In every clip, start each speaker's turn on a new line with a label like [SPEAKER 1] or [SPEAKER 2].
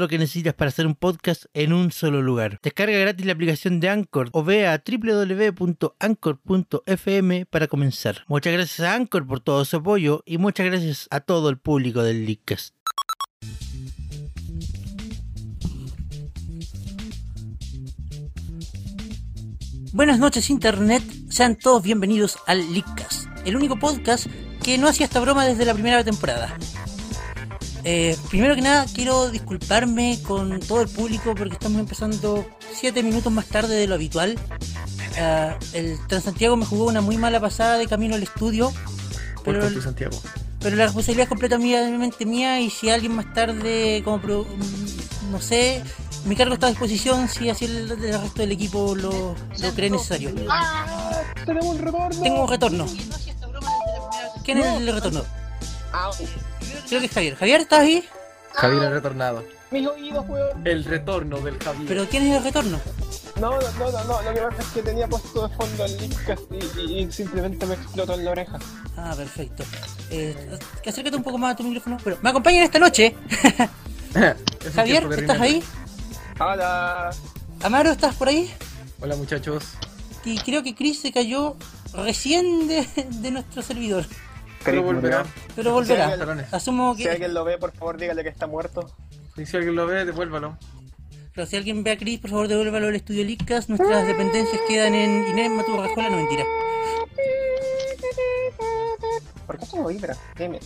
[SPEAKER 1] lo que necesitas para hacer un podcast en un solo lugar. Descarga gratis la aplicación de Anchor o ve a www.anchor.fm para comenzar. Muchas gracias a Anchor por todo su apoyo y muchas gracias a todo el público del Leadcast.
[SPEAKER 2] Buenas noches Internet, sean todos bienvenidos al Leakcast, el único podcast que no hacía esta broma desde la primera temporada. Eh, primero que nada quiero disculparme con todo el público porque estamos empezando 7 minutos más tarde de lo habitual. Ah, el Transantiago me jugó una muy mala pasada de camino al estudio,
[SPEAKER 3] Por
[SPEAKER 2] pero,
[SPEAKER 3] tu Santiago.
[SPEAKER 2] pero la responsabilidad es completamente mía y si alguien más tarde, como pro- mm, no sé, mi cargo está a disposición si así el, el resto del equipo lo, lo cree necesario.
[SPEAKER 3] Tenemos un retorno.
[SPEAKER 2] Tengo un retorno. ¿Quién es
[SPEAKER 3] No.
[SPEAKER 2] el retorno? Creo que es Javier. Javier, ¿estás ahí?
[SPEAKER 3] Javier ha retornado.
[SPEAKER 4] Mis oídos, weón.
[SPEAKER 3] Ah. El retorno del Javier.
[SPEAKER 2] ¿Pero quién es el retorno?
[SPEAKER 4] No, no, no, no, no. Lo que pasa es que tenía puesto de fondo el Linkcast y, y- y simplemente me explotó en la oreja.
[SPEAKER 2] Ah, perfecto. Eh, acércate un poco más a tu micrófono. Pero me acompañan esta noche.
[SPEAKER 3] Es un
[SPEAKER 2] Javier,
[SPEAKER 3] tiempo de
[SPEAKER 2] ¿estás ahí?
[SPEAKER 3] remember.
[SPEAKER 4] ¡Hala!
[SPEAKER 2] Amaro, ¿estás por ahí?
[SPEAKER 3] Hola muchachos.
[SPEAKER 2] Y creo que Chris se cayó recién de, de nuestro servidor.
[SPEAKER 3] Pero volverá.
[SPEAKER 2] Pero
[SPEAKER 3] Sí,
[SPEAKER 2] volverá.
[SPEAKER 3] salones.
[SPEAKER 2] Asumo
[SPEAKER 4] Si
[SPEAKER 2] que...
[SPEAKER 4] alguien lo ve, por favor, dígale que está muerto.
[SPEAKER 3] Y si alguien lo ve, devuélvalo.
[SPEAKER 2] Pero si alguien ve a Chris, por favor devuélvalo al estudio Lickas. Nuestras dependencias quedan en Inés Maturrajola, no mentira.
[SPEAKER 4] ¿Por qué esto no vibra? Dime.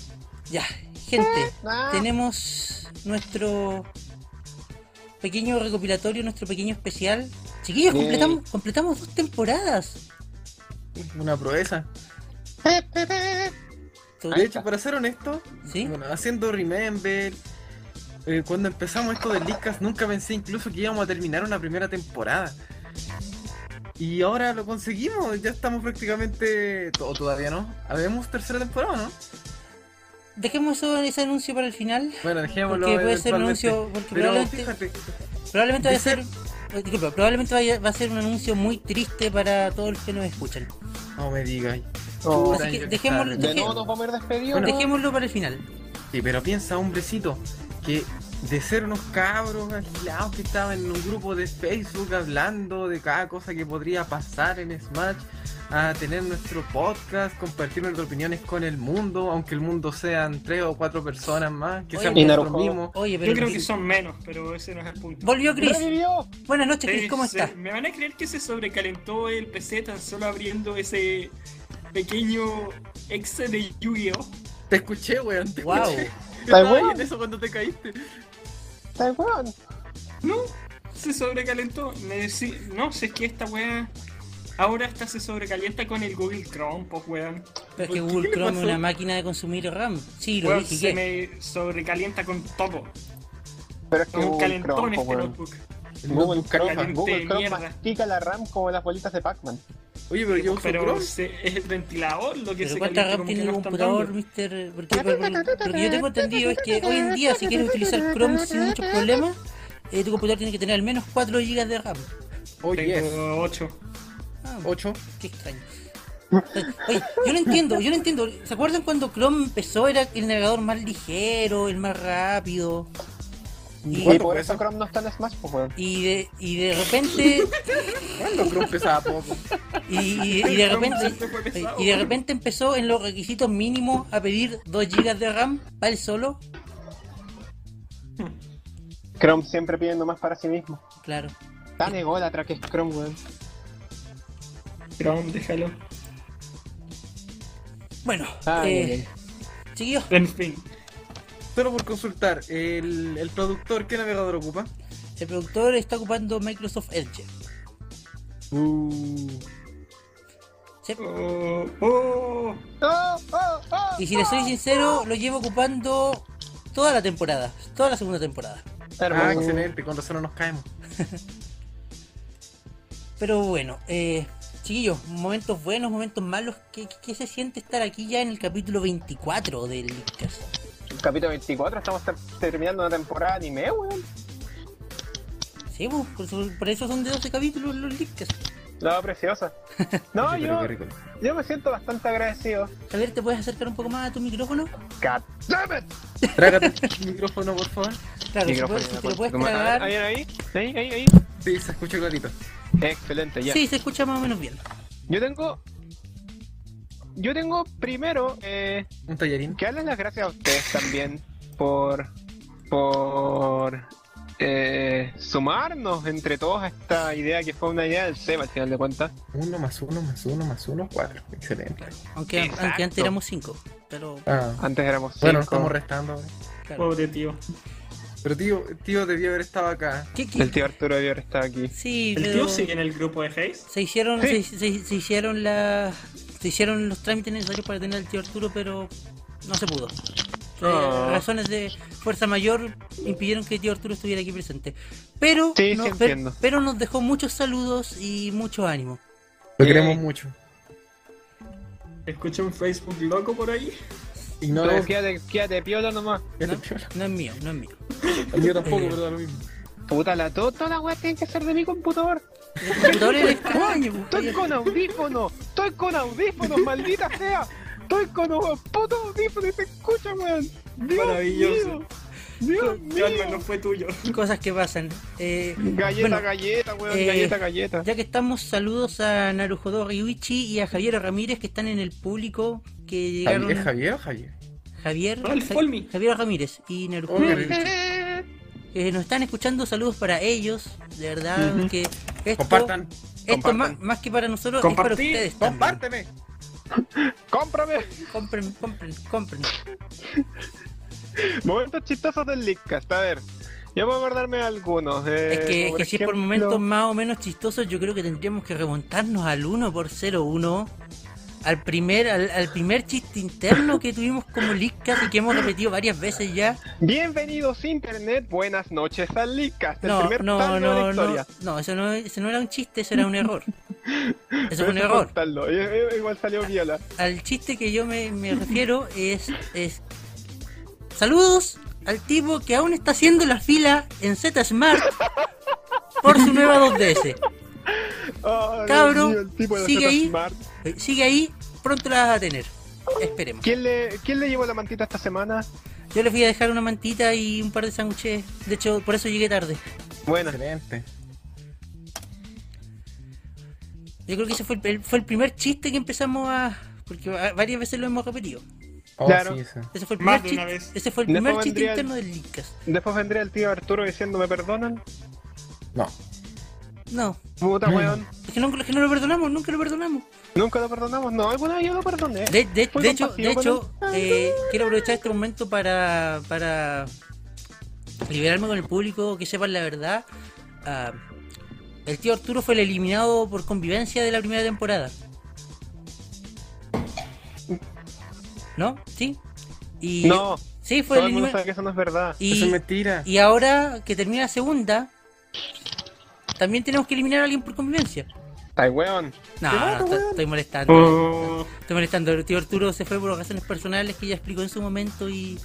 [SPEAKER 2] Ya, gente,
[SPEAKER 4] Ah.
[SPEAKER 2] tenemos nuestro pequeño recopilatorio, nuestro pequeño especial. Chiquillos,
[SPEAKER 4] Bien.
[SPEAKER 2] completamos, completamos dos temporadas.
[SPEAKER 3] Una proeza.
[SPEAKER 2] Tú-
[SPEAKER 3] De hecho, para ser honesto,
[SPEAKER 2] ¿Sí?
[SPEAKER 3] bueno, haciendo Remember, eh, cuando empezamos esto del Lickas, nunca pensé incluso que íbamos a terminar una primera temporada. Y ahora lo conseguimos, ya estamos prácticamente. O todavía no. Habemos tercera temporada, ¿no?
[SPEAKER 2] Dejemos eso, ese anuncio para el final.
[SPEAKER 3] Bueno, dejémoslo.
[SPEAKER 2] Porque puede ser un
[SPEAKER 3] eventualmente.
[SPEAKER 2] anuncio- porque
[SPEAKER 3] Pero
[SPEAKER 2] probablemente-
[SPEAKER 3] fíjate,
[SPEAKER 2] Probablemente vaya a ser.
[SPEAKER 3] Dice-
[SPEAKER 2] eh, Disculpa, probablemente vaya- va a ser un anuncio muy triste para todos los que nos escuchan.
[SPEAKER 3] no me digas.
[SPEAKER 4] Oh,
[SPEAKER 2] Así que
[SPEAKER 3] ya
[SPEAKER 2] dejémoslo,
[SPEAKER 3] está.
[SPEAKER 4] de
[SPEAKER 2] dejé-
[SPEAKER 4] nuevo nos vamos a ir despedidos.
[SPEAKER 3] Bueno.
[SPEAKER 4] ¿no?
[SPEAKER 2] dejémoslo para el final.
[SPEAKER 3] Sí, pero piensa, hombrecito, que de ser unos cabros agilados que estaban en un grupo de Facebook hablando de cada cosa que podría pasar en Smash, a tener nuestro podcast, compartir nuestras opiniones con el mundo, aunque el mundo sean tres o cuatro personas más, que
[SPEAKER 2] Oye,
[SPEAKER 3] sean
[SPEAKER 2] Y
[SPEAKER 3] nosotros
[SPEAKER 4] Naruhodo.
[SPEAKER 3] mismos.
[SPEAKER 2] Oye, pero.
[SPEAKER 5] Yo creo que son menos, pero ese no es el punto.
[SPEAKER 2] Volvió Chris.
[SPEAKER 4] ¡Revivió!
[SPEAKER 2] Buenas noches,
[SPEAKER 5] Ustedes
[SPEAKER 2] Chris, ¿cómo
[SPEAKER 5] se-
[SPEAKER 2] estás?
[SPEAKER 5] ¿Me van a creer que se sobrecalentó el PC tan solo abriendo ese pequeño exe de Yu-Gi-Oh?
[SPEAKER 3] Te escuché, weón, te
[SPEAKER 2] Wow.
[SPEAKER 3] escuché.
[SPEAKER 4] Está
[SPEAKER 3] Estaba
[SPEAKER 4] bueno.
[SPEAKER 3] en eso cuando te caíste.
[SPEAKER 4] ¡Está weón!
[SPEAKER 5] No, se sobrecalentó. Me decí- no, si es que esta weá ahora hasta se sobrecalienta con el Google Chrome, pues weón.
[SPEAKER 2] Pero es que
[SPEAKER 5] ¿Por qué?
[SPEAKER 2] Google
[SPEAKER 5] ¿Qué le
[SPEAKER 2] Chrome es
[SPEAKER 5] pasó?
[SPEAKER 2] una máquina de consumir RAM. Sí, lo
[SPEAKER 5] Weón,
[SPEAKER 2] dije.
[SPEAKER 5] se
[SPEAKER 2] ¿qué?
[SPEAKER 5] me sobrecalienta con todo.
[SPEAKER 4] Pero es que
[SPEAKER 5] Con un
[SPEAKER 4] Google
[SPEAKER 5] calentón
[SPEAKER 4] Chrome, po,
[SPEAKER 5] este
[SPEAKER 4] weón.
[SPEAKER 5] notebook.
[SPEAKER 4] Google Chrome,
[SPEAKER 5] caliente
[SPEAKER 4] Google
[SPEAKER 5] de
[SPEAKER 4] Chrome
[SPEAKER 5] mierda.
[SPEAKER 4] mastica la RAM como las bolitas de Pac-Man.
[SPEAKER 3] Oye, pero yo uso
[SPEAKER 5] Pero
[SPEAKER 3] Chrome.
[SPEAKER 5] se- es el ventilador lo que
[SPEAKER 2] Pero
[SPEAKER 5] se
[SPEAKER 2] cuánta
[SPEAKER 5] calienta.
[SPEAKER 2] RAM
[SPEAKER 5] como que
[SPEAKER 2] tiene el
[SPEAKER 5] no están
[SPEAKER 2] computador,
[SPEAKER 5] dando.
[SPEAKER 2] mister. Porque lo que yo tengo entendido es que hoy en día, si quieres utilizar Chrome sin muchos problemas, eh, tu computador tiene que tener al menos 4 GB de RAM.
[SPEAKER 4] Oh,
[SPEAKER 3] Oye,
[SPEAKER 5] Tengo 8.
[SPEAKER 2] Ah,
[SPEAKER 5] Oh.
[SPEAKER 3] ocho.
[SPEAKER 2] qué extraño. Oye, yo no entiendo, yo no entiendo. ¿Se acuerdan cuando Chrome empezó? Era el navegador más ligero, el más rápido. Y,
[SPEAKER 4] Y por eso Chrome no está en Smash, pues weón.
[SPEAKER 2] y de, y de repente
[SPEAKER 3] ¿Cuándo Chrome pesaba poco?
[SPEAKER 2] y, y- y de repente
[SPEAKER 5] Siempre fue pesado.
[SPEAKER 2] y de repente empezó en los requisitos mínimos a pedir 2 GB de RAM para él solo
[SPEAKER 4] Chrome siempre pidiendo más para sí mismo.
[SPEAKER 2] Claro.
[SPEAKER 4] Tan ególatra que es Chrome, weón.
[SPEAKER 5] Chrome, déjalo.
[SPEAKER 2] Bueno,
[SPEAKER 4] Ay,
[SPEAKER 2] eh,
[SPEAKER 4] ay, ay.
[SPEAKER 2] chiquillos,
[SPEAKER 5] En fin.
[SPEAKER 3] Solo por consultar, el, el productor, ¿qué navegador ocupa?
[SPEAKER 2] el productor está ocupando Microsoft Edge.
[SPEAKER 3] Uh,
[SPEAKER 2] Sí.
[SPEAKER 5] Oh, oh.
[SPEAKER 4] ¡Ah, ah, ah!
[SPEAKER 2] Y si les soy sincero, lo llevo ocupando toda la temporada, toda la segunda temporada.
[SPEAKER 4] Hermoso.
[SPEAKER 3] ah, excelente, con razón no nos caemos.
[SPEAKER 2] Pero bueno, eh, chiquillos, momentos buenos, momentos malos. ¿Qué, qué- qué se siente estar aquí ya en el capítulo 24 del Leakcast?
[SPEAKER 4] Capítulo 24, estamos ter- terminando una temporada de anime, weón.
[SPEAKER 2] Sí, pues, por, su- por eso son de 12 capítulos los Leakcast.
[SPEAKER 4] No, preciosa. No,
[SPEAKER 3] Oye, pero
[SPEAKER 4] yo,
[SPEAKER 3] qué rico.
[SPEAKER 4] yo me siento bastante agradecido.
[SPEAKER 2] Javier, ¿te puedes acercar un poco más a tu micrófono?
[SPEAKER 4] God damn it.
[SPEAKER 3] Trágate el micrófono, por favor.
[SPEAKER 2] Claro, si,
[SPEAKER 4] Micrófono,
[SPEAKER 2] puedes- si te lo
[SPEAKER 4] ¿cómo-
[SPEAKER 2] puedes
[SPEAKER 4] cómo-
[SPEAKER 2] tragar.
[SPEAKER 4] Ahí, ahí, ahí, ahí, ahí.
[SPEAKER 3] Sí, se escucha clarito.
[SPEAKER 4] Excelente, ya.
[SPEAKER 2] Sí, se escucha más o menos bien.
[SPEAKER 4] Yo tengo. Yo tengo primero eh,
[SPEAKER 3] Un tallarín.
[SPEAKER 4] que darles las gracias a ustedes también por. por. eh, sumarnos entre todos a esta idea que fue una idea del SEB al final de cuentas.
[SPEAKER 3] Uno más uno más uno más uno, cuatro. Excelente.
[SPEAKER 2] Aunque,
[SPEAKER 4] Exacto.
[SPEAKER 2] aunque antes éramos 5. Pero,
[SPEAKER 3] Ah.
[SPEAKER 4] Antes éramos
[SPEAKER 3] Bueno,
[SPEAKER 4] cinco.
[SPEAKER 3] estamos restando.
[SPEAKER 2] claro.
[SPEAKER 5] Pobre tío.
[SPEAKER 3] Pero tío, tío debió haber estado acá.
[SPEAKER 2] ¿Qué- qué-
[SPEAKER 4] El tío Arturo debió haber estado aquí.
[SPEAKER 2] Sí,
[SPEAKER 5] ¿El
[SPEAKER 2] pero
[SPEAKER 5] tío sigue en el grupo de Hayes?
[SPEAKER 2] se hicieron,
[SPEAKER 4] Sí.
[SPEAKER 2] se, se- se hicieron la, se hicieron los trámites necesarios para tener al tío Arturo, pero no se pudo. Eh,
[SPEAKER 4] Ah.
[SPEAKER 2] razones de fuerza mayor impidieron que el tío Arturo estuviera aquí presente. Pero,
[SPEAKER 4] Sí,
[SPEAKER 2] no-
[SPEAKER 4] sí,
[SPEAKER 2] per-
[SPEAKER 4] entiendo.
[SPEAKER 2] pero nos dejó muchos saludos y mucho ánimo.
[SPEAKER 3] Lo
[SPEAKER 4] Eh.
[SPEAKER 3] queremos mucho.
[SPEAKER 5] Escuché un Facebook loco por ahí.
[SPEAKER 3] Y no
[SPEAKER 4] Pero
[SPEAKER 3] lo Este
[SPEAKER 4] quédate, quédate piola nomás.
[SPEAKER 2] No, no es mío, no es mío.
[SPEAKER 3] El mío tampoco, pero da lo mismo.
[SPEAKER 4] Puta la to- toda la weá tiene que ser de mi computador.
[SPEAKER 2] El computador era extraño, pues,
[SPEAKER 4] Estoy con audífonos, estoy con audífonos, maldita sea. Estoy con au- putos audífonos y se escucha, weón. Dios
[SPEAKER 5] Maravilloso.
[SPEAKER 4] mío. Dios mío.
[SPEAKER 5] Calma, no fue tuyo.
[SPEAKER 2] cosas que pasan. Eh,
[SPEAKER 4] Galleta,
[SPEAKER 2] bueno,
[SPEAKER 4] galleta, weón,
[SPEAKER 2] eh,
[SPEAKER 4] galleta, galleta.
[SPEAKER 2] Ya que estamos, saludos a Narujodo Ryuichi y a Javier Ramírez que están en el público que llegaron.
[SPEAKER 3] ¿Es Javier o Javier?
[SPEAKER 2] Javier,
[SPEAKER 5] Ah, el
[SPEAKER 2] Ja-
[SPEAKER 5] Folmi.
[SPEAKER 2] Javier Ramírez y Narujo
[SPEAKER 3] Oye,
[SPEAKER 2] Ryuichi,
[SPEAKER 4] Eh,
[SPEAKER 2] que nos están escuchando, saludos para ellos, de verdad que esto,
[SPEAKER 3] Compartan.
[SPEAKER 2] esto
[SPEAKER 4] compartan.
[SPEAKER 2] más, más que para nosotros es para
[SPEAKER 5] Compartí,
[SPEAKER 2] ustedes también.
[SPEAKER 3] Compárteme.
[SPEAKER 4] Cómprame.
[SPEAKER 2] Compren, compren, compren.
[SPEAKER 4] Momentos chistosos del Leadcast, a ver. Yo puedo acordarme de algunos. eh,
[SPEAKER 2] es que, es
[SPEAKER 4] por
[SPEAKER 2] que si es por
[SPEAKER 4] ejemplo,
[SPEAKER 2] momentos más o menos chistosos, yo creo que tendríamos que remontarnos al 1 por 01 al primer, al, al primer chiste interno que tuvimos como Lickas y que hemos repetido varias veces ya.
[SPEAKER 4] Bienvenidos Internet, buenas noches al Leadcast, el
[SPEAKER 2] No,
[SPEAKER 4] primer
[SPEAKER 2] no,
[SPEAKER 4] tango de la
[SPEAKER 2] no,
[SPEAKER 4] historia.
[SPEAKER 2] no, no, eso no, eso no era un chiste, eso era un error. Eso fue un
[SPEAKER 4] Eso
[SPEAKER 2] error.
[SPEAKER 4] contarlo, eh, eh, Igual salió viola.
[SPEAKER 2] al chiste que yo me, me refiero es, es saludos al tipo que aún está haciendo la fila en Z Smart por su nueva 2DS.
[SPEAKER 4] Ay, Dios
[SPEAKER 2] Cabro,
[SPEAKER 4] mío, el tipo de los
[SPEAKER 2] sigue ahí.
[SPEAKER 4] Smart.
[SPEAKER 2] Eh, Sigue ahí, pronto la vas a tener. Esperemos.
[SPEAKER 4] ¿Quién le, ¿Quién le llevó la mantita esta semana?
[SPEAKER 2] Yo les voy a dejar una mantita y un par de sándwiches. De hecho, por eso llegué tarde.
[SPEAKER 4] Bueno,
[SPEAKER 3] Excelente.
[SPEAKER 2] Yo creo que ese fue el, el- fue el primer chiste que empezamos a... Porque va- varias veces lo hemos repetido.
[SPEAKER 3] Oh,
[SPEAKER 4] Claro.
[SPEAKER 3] sí, sí.
[SPEAKER 2] Ese fue el
[SPEAKER 5] Más
[SPEAKER 2] primer,
[SPEAKER 5] de una
[SPEAKER 2] chiste,
[SPEAKER 5] vez.
[SPEAKER 2] ese fue el
[SPEAKER 4] Después
[SPEAKER 2] primer chiste
[SPEAKER 4] vendría el-
[SPEAKER 2] interno del Linkas.
[SPEAKER 4] después vendría el tío Arturo diciendo, ¿me perdonan?
[SPEAKER 3] No.
[SPEAKER 2] No,
[SPEAKER 4] Puta
[SPEAKER 3] Mm.
[SPEAKER 4] weón.
[SPEAKER 2] es que, no, es que no lo perdonamos, nunca lo perdonamos.
[SPEAKER 4] Nunca lo perdonamos. No, alguna vez yo lo perdoné.
[SPEAKER 2] De, de-
[SPEAKER 4] Fui
[SPEAKER 2] de hecho, de
[SPEAKER 4] compasivo
[SPEAKER 2] hecho
[SPEAKER 4] con él.
[SPEAKER 2] eh, quiero aprovechar este momento para, para liberarme con el público, que sepan la verdad. Ah, el tío Arturo fue el eliminado por convivencia de la primera temporada. ¿No? ¿Sí? Y,
[SPEAKER 4] No,
[SPEAKER 2] Sí, fue
[SPEAKER 4] todo
[SPEAKER 2] el
[SPEAKER 4] el mundo
[SPEAKER 2] eliminado.
[SPEAKER 4] sabe que eso no es verdad.
[SPEAKER 3] Eso es
[SPEAKER 2] Y,
[SPEAKER 3] mentira.
[SPEAKER 2] y ahora que termina la segunda, también tenemos que eliminar a alguien por convivencia.
[SPEAKER 4] Ay, weón.
[SPEAKER 2] No,
[SPEAKER 4] Te
[SPEAKER 2] no,
[SPEAKER 4] mato,
[SPEAKER 2] estoy-
[SPEAKER 4] weón.
[SPEAKER 2] estoy molestando.
[SPEAKER 5] Oh,
[SPEAKER 2] Estoy molestando, el tío Arturo se fue por razones personales que ya explicó en su momento y.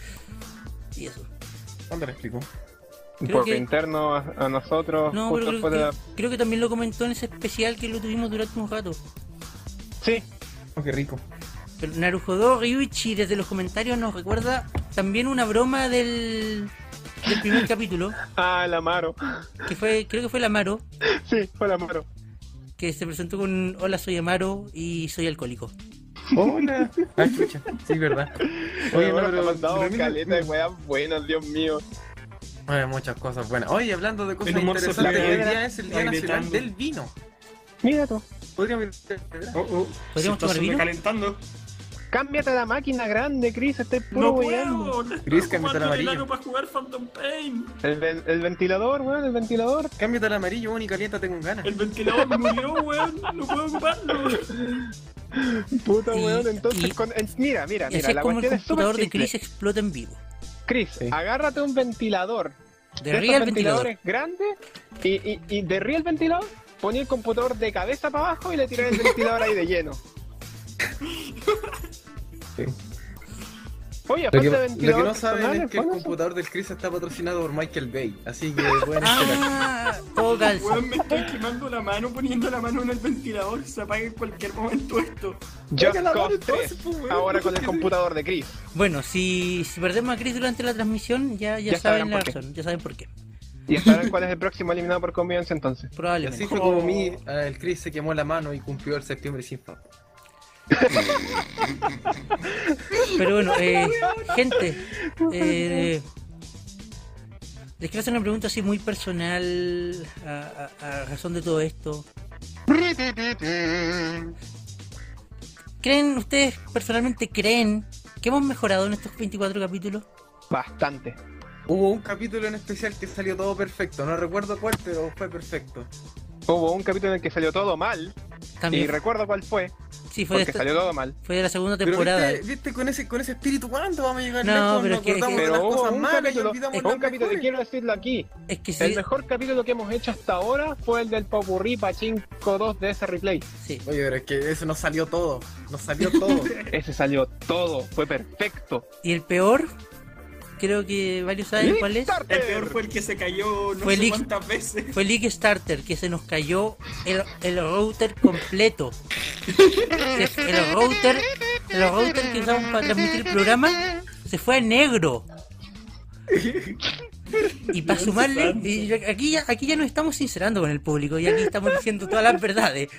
[SPEAKER 2] y eso.
[SPEAKER 3] ¿Dónde lo explico?
[SPEAKER 2] Creo
[SPEAKER 4] Por
[SPEAKER 2] que-
[SPEAKER 4] interno a, a nosotros,
[SPEAKER 2] No,
[SPEAKER 4] Ah, justo
[SPEAKER 2] pero creo,
[SPEAKER 4] después de la...
[SPEAKER 2] que- creo que también lo comentó en ese especial que lo tuvimos durante un rato.
[SPEAKER 4] Sí,
[SPEAKER 3] Oh, qué rico.
[SPEAKER 2] Pero Narujodo Ryuichi desde los comentarios nos recuerda también una broma del, del primer capítulo,
[SPEAKER 4] ah, el Amaro.
[SPEAKER 2] que fue, creo que fue el Amaro,
[SPEAKER 4] Sí, fue el Amaro.
[SPEAKER 2] que se presentó con Hola soy Amaro y soy alcohólico.
[SPEAKER 3] Hola. Ah, chucha. Sí, verdad.
[SPEAKER 4] Oye,
[SPEAKER 3] no,
[SPEAKER 4] bueno, te ha
[SPEAKER 3] pero-
[SPEAKER 4] mandado
[SPEAKER 3] pero mira-
[SPEAKER 4] caleta de weas buenas, Dios mío.
[SPEAKER 3] Ay, muchas cosas buenas. Oye, hablando de cosas
[SPEAKER 5] El humor se
[SPEAKER 3] interesantes,
[SPEAKER 5] fue
[SPEAKER 3] hoy día es el Día
[SPEAKER 5] agrietando.
[SPEAKER 3] Nacional del Vino.
[SPEAKER 4] Mira tú.
[SPEAKER 3] Podríamos ir a celebrar.
[SPEAKER 5] oh, oh.
[SPEAKER 2] ¿Podríamos
[SPEAKER 5] Se
[SPEAKER 2] tomar
[SPEAKER 5] está
[SPEAKER 2] vino?
[SPEAKER 5] calentando.
[SPEAKER 4] Cámbiate a la máquina grande, Chris, estoy puro
[SPEAKER 5] No
[SPEAKER 4] weyando.
[SPEAKER 5] puedo, le estoy
[SPEAKER 3] Chris, cámbiate el
[SPEAKER 5] jugando el
[SPEAKER 3] amarillo.
[SPEAKER 5] ano para jugar Phantom Pain.
[SPEAKER 4] El, ven- el ventilador, weón, el ventilador.
[SPEAKER 3] Cámbiate al amarillo, weón, y calienta, tengo ganas.
[SPEAKER 5] El ventilador murió, weón. No puedo ocuparlo.
[SPEAKER 4] Puta
[SPEAKER 2] Y-
[SPEAKER 4] weón, entonces
[SPEAKER 2] y-
[SPEAKER 4] con- en- mira, mira,
[SPEAKER 2] Y así
[SPEAKER 4] mira,
[SPEAKER 2] es
[SPEAKER 4] la
[SPEAKER 2] como el
[SPEAKER 4] cuestión es súper
[SPEAKER 2] computador de
[SPEAKER 4] simple.
[SPEAKER 2] Chris explota en vivo.
[SPEAKER 4] Chris,
[SPEAKER 3] Sí.
[SPEAKER 4] agárrate un ventilador.
[SPEAKER 2] De
[SPEAKER 4] estos
[SPEAKER 2] arriba el ventilador.
[SPEAKER 4] ventiladores grandes y, y, y derría el ventilador, ponía el computador de cabeza para abajo y le tiré el ventilador ahí de lleno.
[SPEAKER 3] Sí.
[SPEAKER 4] Oye,
[SPEAKER 3] Lo que,
[SPEAKER 4] aparte de
[SPEAKER 3] lo que
[SPEAKER 4] ventilador
[SPEAKER 3] no saben
[SPEAKER 4] personal,
[SPEAKER 3] es que el
[SPEAKER 4] ¿cuál es?
[SPEAKER 3] computador del Chris está patrocinado por Michael Bay, así que pueden esperar.
[SPEAKER 2] Ah, todo calza.
[SPEAKER 5] Weón, me estoy quemando la mano poniendo la mano en el ventilador. Se apaga en cualquier momento esto.
[SPEAKER 4] Just
[SPEAKER 3] Oiga, la mano
[SPEAKER 4] Cause
[SPEAKER 3] entonces,
[SPEAKER 4] 3,
[SPEAKER 3] pues, weón,
[SPEAKER 4] ahora con el
[SPEAKER 3] ¿qué-
[SPEAKER 4] computador de Chris.
[SPEAKER 2] Bueno, si, si perdemos a Chris durante la transmisión, ya, ya,
[SPEAKER 4] Ya
[SPEAKER 2] saben
[SPEAKER 4] sabrán
[SPEAKER 2] la
[SPEAKER 4] por qué.
[SPEAKER 2] razón, ya saben por qué.
[SPEAKER 4] Y sabrán cuál es el próximo eliminado por convivencia entonces.
[SPEAKER 3] Y así
[SPEAKER 2] Probablemente.
[SPEAKER 3] fue como mi, ah, el Chris se quemó la mano y cumplió el septiembre sin pan.
[SPEAKER 2] Pero bueno, eh, gente, eh, les quiero hacer una pregunta así muy personal a, a- a razón de todo esto. ¿Creen, ustedes personalmente creen que hemos mejorado en estos 24 capítulos?
[SPEAKER 4] Bastante.
[SPEAKER 3] Hubo un capítulo en especial que salió todo perfecto, no recuerdo cuál, pero fue perfecto.
[SPEAKER 4] Hubo un capítulo en el que salió todo mal, y
[SPEAKER 2] También.
[SPEAKER 4] recuerdo cuál fue,
[SPEAKER 2] Sí, fue de,
[SPEAKER 4] porque
[SPEAKER 2] esta-
[SPEAKER 4] salió todo mal.
[SPEAKER 2] fue de la segunda
[SPEAKER 3] Pero
[SPEAKER 2] temporada.
[SPEAKER 3] viste, viste, con ese con ese espíritu cuándo vamos a llegar
[SPEAKER 2] No,
[SPEAKER 3] lejos,
[SPEAKER 2] pero
[SPEAKER 3] nos
[SPEAKER 2] es que-
[SPEAKER 3] acordamos de
[SPEAKER 4] Pero
[SPEAKER 3] las
[SPEAKER 4] hubo
[SPEAKER 3] cosas
[SPEAKER 4] un
[SPEAKER 3] malas y
[SPEAKER 4] capítulo,
[SPEAKER 3] olvidamos
[SPEAKER 4] un
[SPEAKER 3] las
[SPEAKER 4] capítulo,
[SPEAKER 3] mejores.
[SPEAKER 4] quiero decirlo aquí,
[SPEAKER 2] Es que
[SPEAKER 4] El
[SPEAKER 2] sí,
[SPEAKER 4] mejor capítulo que hemos hecho hasta ahora fue el del Popurrí Pachinko 2 de ese replay.
[SPEAKER 2] sí.
[SPEAKER 3] Oye, pero es que eso nos salió todo, nos salió todo.
[SPEAKER 4] Ese salió todo, fue perfecto.
[SPEAKER 2] Y el peor, creo que varios saben cuál es.
[SPEAKER 5] El peor fue el que se cayó no
[SPEAKER 2] Fue
[SPEAKER 5] sé
[SPEAKER 2] Lick.
[SPEAKER 5] cuántas veces.
[SPEAKER 2] Fue el Starter que se nos cayó el, el router completo. Se- el router, el router que usamos para transmitir el programa se fue a negro. Y para sumarle, y yo- aquí ya, aquí ya nos estamos sincerando con el público y aquí estamos diciendo todas las verdades.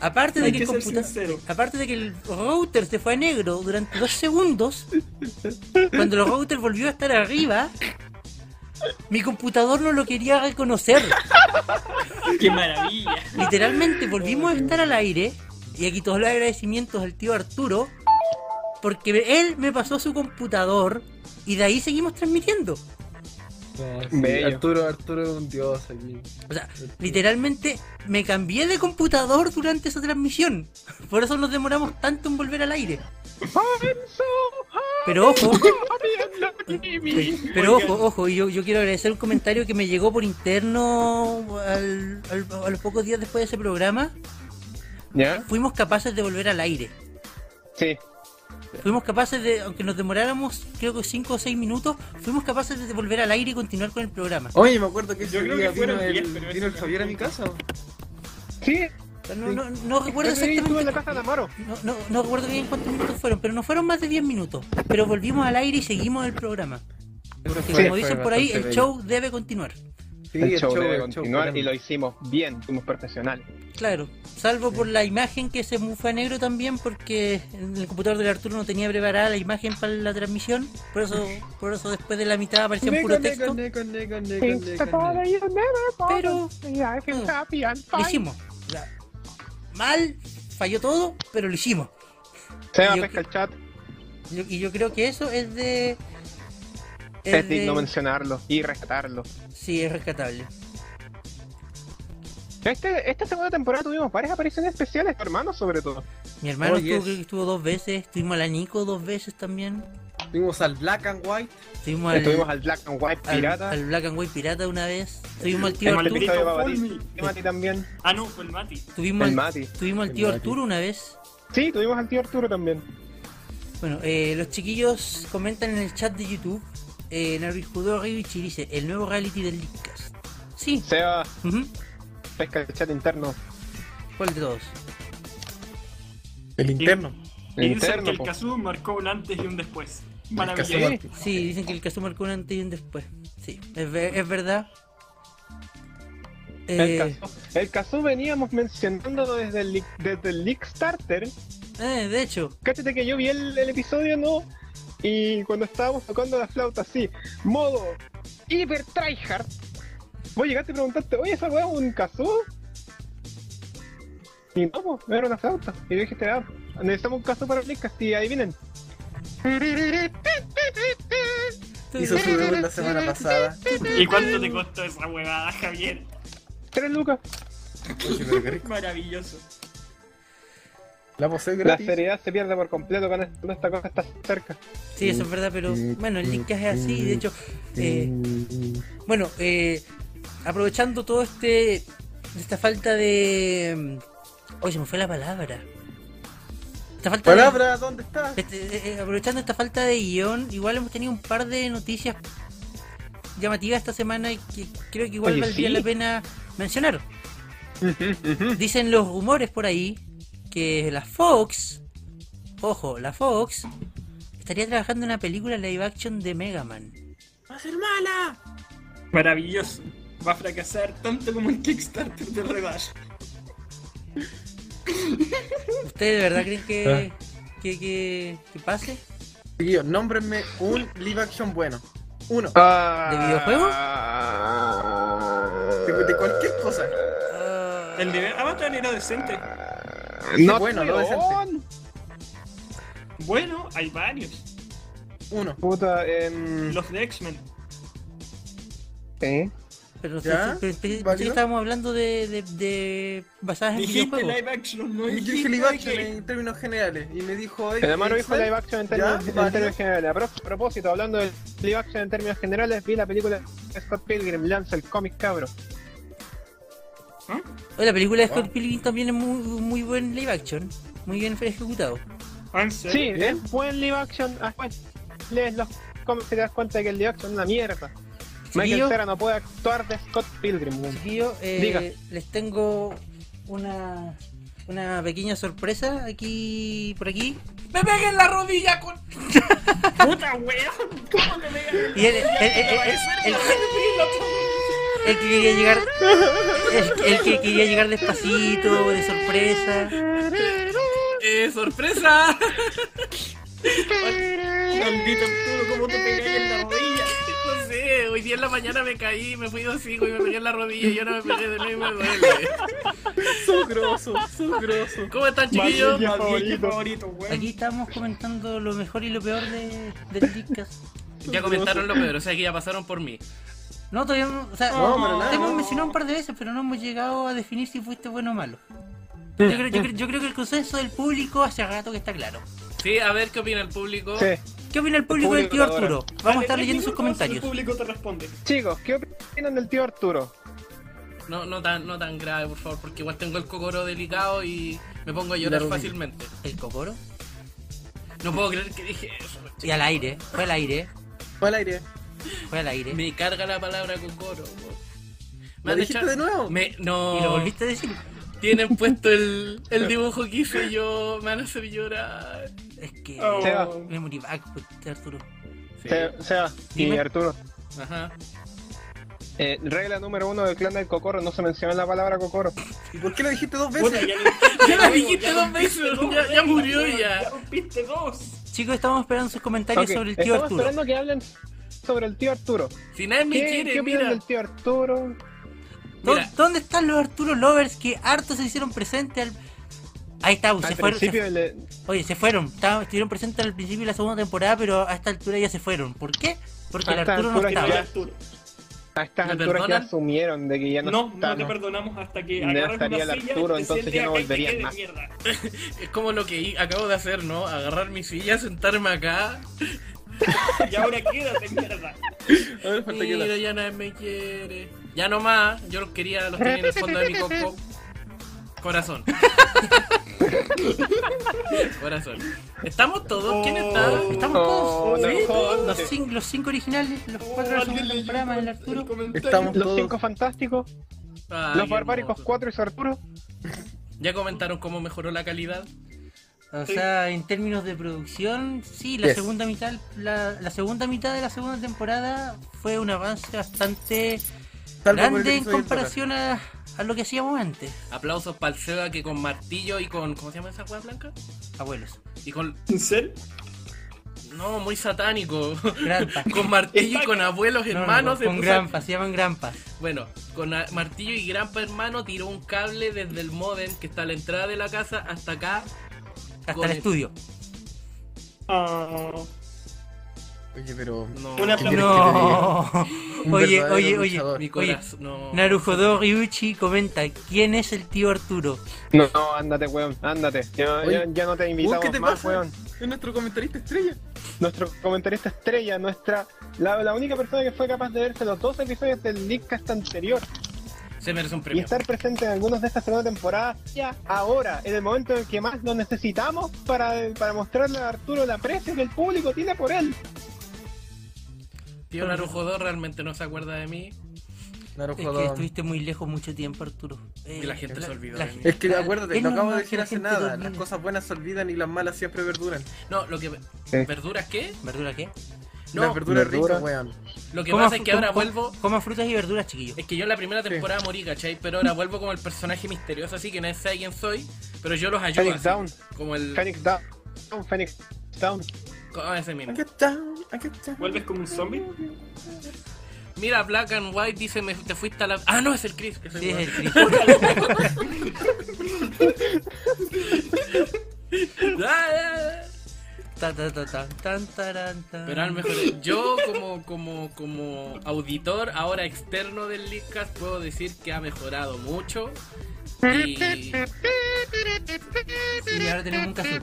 [SPEAKER 2] Aparte de
[SPEAKER 5] Hay
[SPEAKER 2] que,
[SPEAKER 5] que
[SPEAKER 2] el
[SPEAKER 5] ser
[SPEAKER 2] computa-
[SPEAKER 5] sincero.
[SPEAKER 2] aparte de que el router se fue a negro durante dos segundos, cuando el router volvió a estar arriba, mi computador no lo quería reconocer.
[SPEAKER 5] ¡Qué maravilla!
[SPEAKER 2] Literalmente volvimos a estar al aire. Y aquí todos los agradecimientos al tío Arturo. Porque él me pasó su computador. Y de ahí seguimos transmitiendo.
[SPEAKER 3] No, sí,
[SPEAKER 4] Bello.
[SPEAKER 3] Arturo, Arturo es un dios aquí.
[SPEAKER 2] O sea, literalmente me cambié de computador durante esa transmisión. Por eso nos demoramos tanto en volver al aire. Pero ojo, pe- pero ojo, ojo, y yo, yo quiero agradecer un comentario que me llegó por interno al- al- a los pocos días después de ese programa.
[SPEAKER 4] ¿Ya?
[SPEAKER 2] Fuimos capaces de volver al aire.
[SPEAKER 4] Sí.
[SPEAKER 2] Fuimos capaces de, aunque nos demoráramos creo que 5 o 6 minutos, fuimos capaces de volver al aire y continuar con el programa.
[SPEAKER 3] Oye, me acuerdo que
[SPEAKER 5] Yo
[SPEAKER 3] ese
[SPEAKER 5] creo
[SPEAKER 3] día
[SPEAKER 5] que fueron
[SPEAKER 3] vino, el,
[SPEAKER 5] diez, pero
[SPEAKER 3] vino el
[SPEAKER 5] ese
[SPEAKER 3] Javier a
[SPEAKER 5] no.
[SPEAKER 3] mi casa.
[SPEAKER 4] Sí.
[SPEAKER 2] O sea, No, no, no recuerdo
[SPEAKER 4] Yo creí que estuve en la casa
[SPEAKER 2] exactamente.
[SPEAKER 4] de Amaro.
[SPEAKER 2] No, no, no recuerdo bien cuántos minutos fueron, pero no fueron más de 10 minutos. Pero volvimos al aire y seguimos el programa. Porque
[SPEAKER 3] Fue-
[SPEAKER 2] como
[SPEAKER 3] fue
[SPEAKER 2] dicen por ahí,
[SPEAKER 3] bastante
[SPEAKER 2] el
[SPEAKER 3] bello.
[SPEAKER 2] show debe continuar.
[SPEAKER 3] Sí,
[SPEAKER 4] el show debe
[SPEAKER 3] el
[SPEAKER 4] continuar
[SPEAKER 3] show,
[SPEAKER 4] y lo hicimos bien, fuimos profesionales.
[SPEAKER 2] Claro, salvo por la imagen que se mu- fue a negro también, porque en el computador del Arturo no tenía preparada la imagen para la transmisión. Por eso, por eso después de la mitad aparecía en puro texto.
[SPEAKER 3] Neco, neco, neco, neco, neco,
[SPEAKER 2] Pero-
[SPEAKER 3] neco.
[SPEAKER 2] mm,
[SPEAKER 4] Pero...
[SPEAKER 2] No. Lo hicimos. O sea, mal, falló todo, pero lo hicimos.
[SPEAKER 4] Se va a
[SPEAKER 2] Yo-
[SPEAKER 4] pescar el chat,
[SPEAKER 2] Yo- y yo creo que eso es de.
[SPEAKER 4] es digno mencionarlo y rescatarlo.
[SPEAKER 2] Sí, es rescatable.
[SPEAKER 4] Este, esta segunda temporada tuvimos varias apariciones especiales, hermanos sobre todo.
[SPEAKER 2] Mi hermano
[SPEAKER 3] Oh,
[SPEAKER 2] estuvo,
[SPEAKER 3] yes.
[SPEAKER 2] creo que estuvo dos veces. Tuvimos a la Nico dos veces también.
[SPEAKER 3] Fuimos al Black and White.
[SPEAKER 2] Tuvimos al,
[SPEAKER 4] Estuvimos al Black and White
[SPEAKER 2] al-
[SPEAKER 4] Pirata,
[SPEAKER 2] al Black and White Pirata una vez. Tuvimos al tío
[SPEAKER 4] Hemos
[SPEAKER 2] Arturo.
[SPEAKER 4] tenido-
[SPEAKER 5] Maldito
[SPEAKER 4] Babatí.
[SPEAKER 5] Fulmi.
[SPEAKER 4] y Mati también,
[SPEAKER 5] Ah, no, fue el Mati.
[SPEAKER 2] Tuvimos
[SPEAKER 4] el
[SPEAKER 2] al,
[SPEAKER 4] Mati.
[SPEAKER 2] tuvimos al tío Arturo una vez.
[SPEAKER 4] Sí, tuvimos al tío Arturo también.
[SPEAKER 2] Bueno, eh, los chiquillos comentan en el chat de YouTube. Eh, Naruhidoro Ryuichi dice: El nuevo reality del Leadcast. Sí.
[SPEAKER 4] Seba,
[SPEAKER 2] ujú.
[SPEAKER 4] pesca el chat interno.
[SPEAKER 2] ¿Cuál de todos?
[SPEAKER 3] El
[SPEAKER 5] interno. Y dicen que
[SPEAKER 4] Interno,
[SPEAKER 5] el
[SPEAKER 4] po.
[SPEAKER 5] Kazoo marcó un antes y un después.
[SPEAKER 3] Kazoo
[SPEAKER 5] Maravilloso.
[SPEAKER 3] marcó-
[SPEAKER 2] Sí, dicen que el caso marcó un antes y un después. Sí, es, ver- es verdad.
[SPEAKER 4] El
[SPEAKER 2] Eh,
[SPEAKER 4] caso, el caso veníamos mencionándolo desde el, leak- desde el leak starter.
[SPEAKER 2] eh, de hecho,
[SPEAKER 4] Cáchate que yo vi el, el episodio, ¿no? Y cuando estábamos tocando la flauta así, modo hiper tryhard, vos llegaste y preguntaste, oye, ¿esa weá es un caso? Y no, pues, no era una flauta. Y yo dije, te da. Necesitamos un caso para Blinkas y adivinen.
[SPEAKER 3] Hizo su debut la semana pasada.
[SPEAKER 5] ¿Y cuánto te costó esa huevada, Javier?
[SPEAKER 4] Tres lucas.
[SPEAKER 3] Oye, pero qué rico.
[SPEAKER 5] Maravilloso.
[SPEAKER 3] La posee
[SPEAKER 4] La
[SPEAKER 3] gratis.
[SPEAKER 4] seriedad se pierde por completo cuando cuando esta cosa está cerca.
[SPEAKER 2] Sí, eso es verdad, pero
[SPEAKER 4] Mm,
[SPEAKER 2] bueno, el linkaje es así. De hecho, eh,
[SPEAKER 3] Mm.
[SPEAKER 2] bueno, eh, aprovechando todo este. Esta falta de. mm, Oye, se me fue la palabra. Esta falta de-
[SPEAKER 3] Palabra, ¿dónde estás?
[SPEAKER 2] este, eh, aprovechando esta falta de guión, igual hemos tenido un par de noticias llamativas esta semana y que creo que igual
[SPEAKER 4] Oye,
[SPEAKER 2] valdría
[SPEAKER 4] sí.
[SPEAKER 2] la pena mencionar. Dicen los rumores por ahí que la Fox, ojo, la Fox estaría trabajando en una película live action de Mega Man.
[SPEAKER 3] ¡Va a ser mala!
[SPEAKER 5] Maravilloso. Va a fracasar tanto como el Kickstarter de Redash.
[SPEAKER 2] ¿Ustedes de verdad creen que,
[SPEAKER 4] Ah.
[SPEAKER 2] que, que, que pase?
[SPEAKER 3] Chiquillos, nómbrenme un live action bueno. Uno.
[SPEAKER 4] Ah, ¿De
[SPEAKER 2] videojuegos?
[SPEAKER 3] De, de cualquier cosa.
[SPEAKER 4] eh,
[SPEAKER 2] Ah,
[SPEAKER 5] El de Avatar era decente.
[SPEAKER 4] No,
[SPEAKER 3] bueno, no
[SPEAKER 4] bueno,
[SPEAKER 5] Bueno, hay varios.
[SPEAKER 3] Uno.
[SPEAKER 4] Puta, em,
[SPEAKER 5] Los de X-Men.
[SPEAKER 4] ¿eh?
[SPEAKER 2] pero
[SPEAKER 3] ¿Ya?
[SPEAKER 2] pero- pero- pensé que
[SPEAKER 3] ¿Válido?
[SPEAKER 2] estábamos hablando de, de, de basadas en
[SPEAKER 5] Dijiste
[SPEAKER 2] videojuegos.
[SPEAKER 5] live action, no
[SPEAKER 3] Y Yo dije
[SPEAKER 5] dijiste
[SPEAKER 3] live action
[SPEAKER 5] que-
[SPEAKER 3] en términos generales. Y me dijo.
[SPEAKER 4] El hermano dijo
[SPEAKER 3] X-Men.
[SPEAKER 4] live action en
[SPEAKER 3] ¿Ya?
[SPEAKER 4] términos, en
[SPEAKER 3] ¿Válido?
[SPEAKER 4] términos generales. A pro- propósito, hablando de live action en términos generales, vi la película de Scott Pilgrim, lanza el cómic cabro.
[SPEAKER 2] Oye, la película
[SPEAKER 3] Ah.
[SPEAKER 2] de Scott Pilgrim también es muy, muy buen live action. Muy bien ejecutado.
[SPEAKER 5] Ah, ¿En serio?
[SPEAKER 4] Sí, es buen live action. Ah, bueno, lees los cómics y te das cuenta de que el live action es una mierda.
[SPEAKER 2] Chiquillo.
[SPEAKER 4] Michael Cera no puede actuar de Scott Pilgrim. weón.
[SPEAKER 2] Chiquillo, eh,
[SPEAKER 4] Diga.
[SPEAKER 2] les tengo una, una pequeña sorpresa aquí, por aquí. ¡Me pegué en la rodilla con...
[SPEAKER 5] ¡Puta weón! ¿Cómo te pegas?
[SPEAKER 2] Y el, el, el, el- el- el- el que quería llegar... El, el que quería llegar despacito, de sorpresa.
[SPEAKER 6] ¡Eh, sorpresa!
[SPEAKER 5] Maldito Arturo, ¿cómo te pegas en la rodilla?
[SPEAKER 6] No sé, hoy día en la mañana me caí, me fui de hocico y me pegué en la rodilla y ahora me pegué de nuevo y me duele.
[SPEAKER 3] Sugroso, sugroso.
[SPEAKER 6] ¿Cómo están, chiquillos?
[SPEAKER 4] Maravilla.
[SPEAKER 5] Maldito
[SPEAKER 4] favorito.
[SPEAKER 5] favorito, weón.
[SPEAKER 2] Aquí estamos comentando lo mejor y lo peor de, del Leadcast.
[SPEAKER 6] Ya comentaron lo peor, o sea que ya pasaron por mí.
[SPEAKER 2] No, todavía no... O sea,
[SPEAKER 3] No, pero nada.
[SPEAKER 2] Te hemos mencionado un par de veces, pero no hemos llegado a definir si fuiste bueno o malo. Yo creo, yo creo- yo creo que el consenso del público hace rato que está claro.
[SPEAKER 6] Sí, a ver qué opina el público.
[SPEAKER 4] Sí.
[SPEAKER 2] ¿Qué opina el público del tío
[SPEAKER 4] público
[SPEAKER 2] Arturo? Vamos a estar leyendo sus
[SPEAKER 5] El
[SPEAKER 2] comentarios.
[SPEAKER 5] público te responde.
[SPEAKER 4] Chicos, ¿qué opinan del tío Arturo?
[SPEAKER 6] No, no, tan, no tan grave, por favor, porque igual tengo el cocoro delicado y me pongo a llorar fácilmente.
[SPEAKER 2] ¿El cocoro?
[SPEAKER 6] No puedo creer que dije eso.
[SPEAKER 2] Y al aire, fue al aire,
[SPEAKER 3] Fue al aire.
[SPEAKER 2] fue al aire.
[SPEAKER 6] Me carga la palabra cocoro. po.
[SPEAKER 3] ¿Lo
[SPEAKER 6] han
[SPEAKER 3] dijiste
[SPEAKER 6] echado-
[SPEAKER 3] de nuevo?
[SPEAKER 6] Me- no.
[SPEAKER 2] Y lo volviste a decir.
[SPEAKER 6] Tienen puesto el, el dibujo que hice yo, me van a hacer llorar.
[SPEAKER 2] Es que...
[SPEAKER 5] Oh.
[SPEAKER 4] Seba.
[SPEAKER 2] Memory back, pues, Arturo.
[SPEAKER 6] Sí.
[SPEAKER 4] Se- Seba y
[SPEAKER 2] Dime.
[SPEAKER 4] Arturo.
[SPEAKER 6] Ajá.
[SPEAKER 4] Eh, regla número uno del clan del Cocoro, no se menciona la palabra Cocoro.
[SPEAKER 3] ¿Y por qué lo dijiste dos
[SPEAKER 5] Puta,
[SPEAKER 3] veces?
[SPEAKER 5] ya,
[SPEAKER 6] Ya la dijiste dos
[SPEAKER 5] rompiste
[SPEAKER 6] veces,
[SPEAKER 5] dos
[SPEAKER 6] ya- ya
[SPEAKER 5] reglas,
[SPEAKER 6] murió
[SPEAKER 5] weón,
[SPEAKER 6] ya.
[SPEAKER 5] Ya rompiste dos.
[SPEAKER 2] Chicos, estamos esperando sus comentarios
[SPEAKER 4] Ok,
[SPEAKER 2] sobre el tío
[SPEAKER 4] Estamos
[SPEAKER 2] Arturo.
[SPEAKER 4] esperando que hablen sobre el tío Arturo.
[SPEAKER 6] Si nadie me
[SPEAKER 4] ¿Qué, ¿qué
[SPEAKER 6] quiere,
[SPEAKER 4] opinan
[SPEAKER 6] mira.
[SPEAKER 4] del tío Arturo?
[SPEAKER 2] ¿Dó-
[SPEAKER 6] Mira.
[SPEAKER 2] ¿Dónde están los Arturo Lovers que hartos se hicieron presentes al... Ahí está, se
[SPEAKER 4] Al
[SPEAKER 2] fueron, se
[SPEAKER 4] principio le-
[SPEAKER 2] Oye, se fueron, estaban- estuvieron presentes al principio de la segunda temporada, pero a esta altura ya se fueron. ¿Por qué? Porque
[SPEAKER 4] A
[SPEAKER 2] el
[SPEAKER 4] esta
[SPEAKER 2] Arturo no
[SPEAKER 4] altura ya-
[SPEAKER 2] estaba.
[SPEAKER 5] Ya, Arturo.
[SPEAKER 4] a estas
[SPEAKER 6] ¿Me
[SPEAKER 4] alturas ya
[SPEAKER 6] perdonan?
[SPEAKER 4] asumieron de que ya no,
[SPEAKER 5] No, no,
[SPEAKER 4] está,
[SPEAKER 5] te
[SPEAKER 4] ¿no?
[SPEAKER 5] perdonamos hasta que
[SPEAKER 4] No
[SPEAKER 5] agarres
[SPEAKER 4] estaría el
[SPEAKER 5] una silla
[SPEAKER 4] Arturo,
[SPEAKER 5] y te
[SPEAKER 4] entonces
[SPEAKER 5] sientes
[SPEAKER 4] ya no
[SPEAKER 5] acá y te
[SPEAKER 4] volverían
[SPEAKER 5] quedes,
[SPEAKER 4] más.
[SPEAKER 5] mierda.
[SPEAKER 6] Es como lo que i- acabo de hacer, ¿no? Agarrar mi silla, sentarme acá.
[SPEAKER 5] Y ahora quédate, mierda.
[SPEAKER 3] A ver, falta que la-
[SPEAKER 6] Mira, ya nadie me quiere. Ya nomás, yo los quería, los tenía en el fondo de mi coco. Corazón. Corazón. ¿Estamos todos? ¿Quién está?
[SPEAKER 5] Oh.
[SPEAKER 2] Estamos
[SPEAKER 4] Oh,
[SPEAKER 2] todos.
[SPEAKER 4] no
[SPEAKER 2] Sí,
[SPEAKER 4] jodas.
[SPEAKER 2] los, cin- los cinco originales,
[SPEAKER 5] Oh,
[SPEAKER 2] los cuatro de la segunda temporada más el Arturo.
[SPEAKER 3] Estamos
[SPEAKER 4] Los
[SPEAKER 3] todos.
[SPEAKER 4] cinco fantásticos,
[SPEAKER 6] Ay,
[SPEAKER 4] los
[SPEAKER 6] qué
[SPEAKER 4] barbáricos
[SPEAKER 6] hermoso.
[SPEAKER 4] 4 y su Arturo.
[SPEAKER 6] ¿Ya comentaron cómo mejoró la calidad?
[SPEAKER 2] O sea, en términos de producción, sí, la
[SPEAKER 3] Yes.
[SPEAKER 2] segunda mitad, la, la segunda mitad de la segunda temporada fue un avance bastante
[SPEAKER 3] Salvo por el
[SPEAKER 2] grande en
[SPEAKER 3] episodio del
[SPEAKER 2] comparación a, a lo que hacíamos antes,
[SPEAKER 6] Aplausos para el Seba que con martillo y con. ¿Cómo se llama esa hueá blanca?
[SPEAKER 2] abuelos.
[SPEAKER 6] Y con.
[SPEAKER 5] ¿En serio?
[SPEAKER 6] No, muy satánico.
[SPEAKER 2] Grampa.
[SPEAKER 6] con martillo y con abuelos
[SPEAKER 2] No, no,
[SPEAKER 6] hermanos.
[SPEAKER 2] con
[SPEAKER 6] entonces-
[SPEAKER 2] grampa, se llaman grampas.
[SPEAKER 6] Bueno, con a- martillo y grampa hermano tiró un cable desde el modem que está a la entrada de la casa hasta acá.
[SPEAKER 2] Hasta
[SPEAKER 6] Con
[SPEAKER 2] el
[SPEAKER 6] el-
[SPEAKER 2] estudio.
[SPEAKER 5] Ah,
[SPEAKER 3] Oye, pero.
[SPEAKER 6] No,
[SPEAKER 5] Una
[SPEAKER 3] ¿qué quieres que te
[SPEAKER 5] pla-
[SPEAKER 3] diga?
[SPEAKER 2] No.
[SPEAKER 3] Un
[SPEAKER 2] Oye,
[SPEAKER 3] verdadero
[SPEAKER 2] oye, oye.
[SPEAKER 3] luchador.
[SPEAKER 6] mi corazón. No.
[SPEAKER 2] Narujodo Ryuchi comenta, ¿quién es el tío Arturo?
[SPEAKER 4] No, no, ándate, weón, ándate. Ya,
[SPEAKER 3] Oye,
[SPEAKER 4] ya- ya no te
[SPEAKER 3] Uh,
[SPEAKER 4] invitamos
[SPEAKER 3] ¿Qué te
[SPEAKER 4] más,
[SPEAKER 3] pasa?
[SPEAKER 4] weón.
[SPEAKER 3] Es nuestro comentarista estrella.
[SPEAKER 4] Nuestro comentarista estrella, nuestra la, la única persona que fue capaz de verse los dos episodios del Leadcast anterior
[SPEAKER 6] Se merece un
[SPEAKER 4] y
[SPEAKER 6] premio.
[SPEAKER 4] estar presente en algunos de esta segunda temporada, ya ahora, en el momento en que más lo necesitamos para, para mostrarle a Arturo el aprecio que el público tiene por él.
[SPEAKER 6] Tío Narujodo realmente no se acuerda de mí.
[SPEAKER 3] Claro,
[SPEAKER 2] Es que estuviste muy lejos mucho tiempo, Arturo. Eh,
[SPEAKER 6] Y la gente se olvidó de mí.
[SPEAKER 3] Es que
[SPEAKER 2] la-
[SPEAKER 3] acuérdate,
[SPEAKER 2] es
[SPEAKER 3] lo acabo
[SPEAKER 2] normal
[SPEAKER 3] de
[SPEAKER 2] que
[SPEAKER 3] decir
[SPEAKER 2] la
[SPEAKER 3] hace
[SPEAKER 2] gente
[SPEAKER 3] nada.
[SPEAKER 2] domine.
[SPEAKER 3] Las cosas buenas se olvidan y las malas siempre perduran.
[SPEAKER 6] No, lo que.
[SPEAKER 4] Sí.
[SPEAKER 6] ¿Verduras qué?
[SPEAKER 2] ¿Verdura qué?
[SPEAKER 6] No,
[SPEAKER 3] las verduras
[SPEAKER 4] verdura.
[SPEAKER 3] ricas, weón.
[SPEAKER 6] Lo que
[SPEAKER 2] Coma
[SPEAKER 6] pasa es
[SPEAKER 2] fru-
[SPEAKER 6] que ahora
[SPEAKER 2] coma-
[SPEAKER 6] vuelvo.
[SPEAKER 2] Coma frutas y verduras, chiquillos.
[SPEAKER 6] Es que yo en la primera temporada morí, ¿cachai? Pero ahora vuelvo como el personaje misterioso, así que nadie sabe quién soy. Pero yo los ayudo.
[SPEAKER 4] Phoenix
[SPEAKER 6] así,
[SPEAKER 4] Down,
[SPEAKER 6] como el.
[SPEAKER 4] Phoenix Down, Phoenix Down.
[SPEAKER 6] como ese mismo.
[SPEAKER 3] Aquí está, aquí está.
[SPEAKER 5] ¿Vuelves como un zombie?
[SPEAKER 6] Mira, Black and White dice: me, Te fuiste a la. Ah, no, es el Chris. Que soy
[SPEAKER 2] Sí, es
[SPEAKER 6] weón.
[SPEAKER 2] el Chris.
[SPEAKER 6] Ah, ah, ah.
[SPEAKER 2] Ta, ta, ta, ta, tan, taran, tan.
[SPEAKER 6] Pero a lo mejor yo como, como, como auditor ahora externo del Leadcast puedo decir que ha mejorado mucho. Y
[SPEAKER 2] Y ahora tenemos un caso.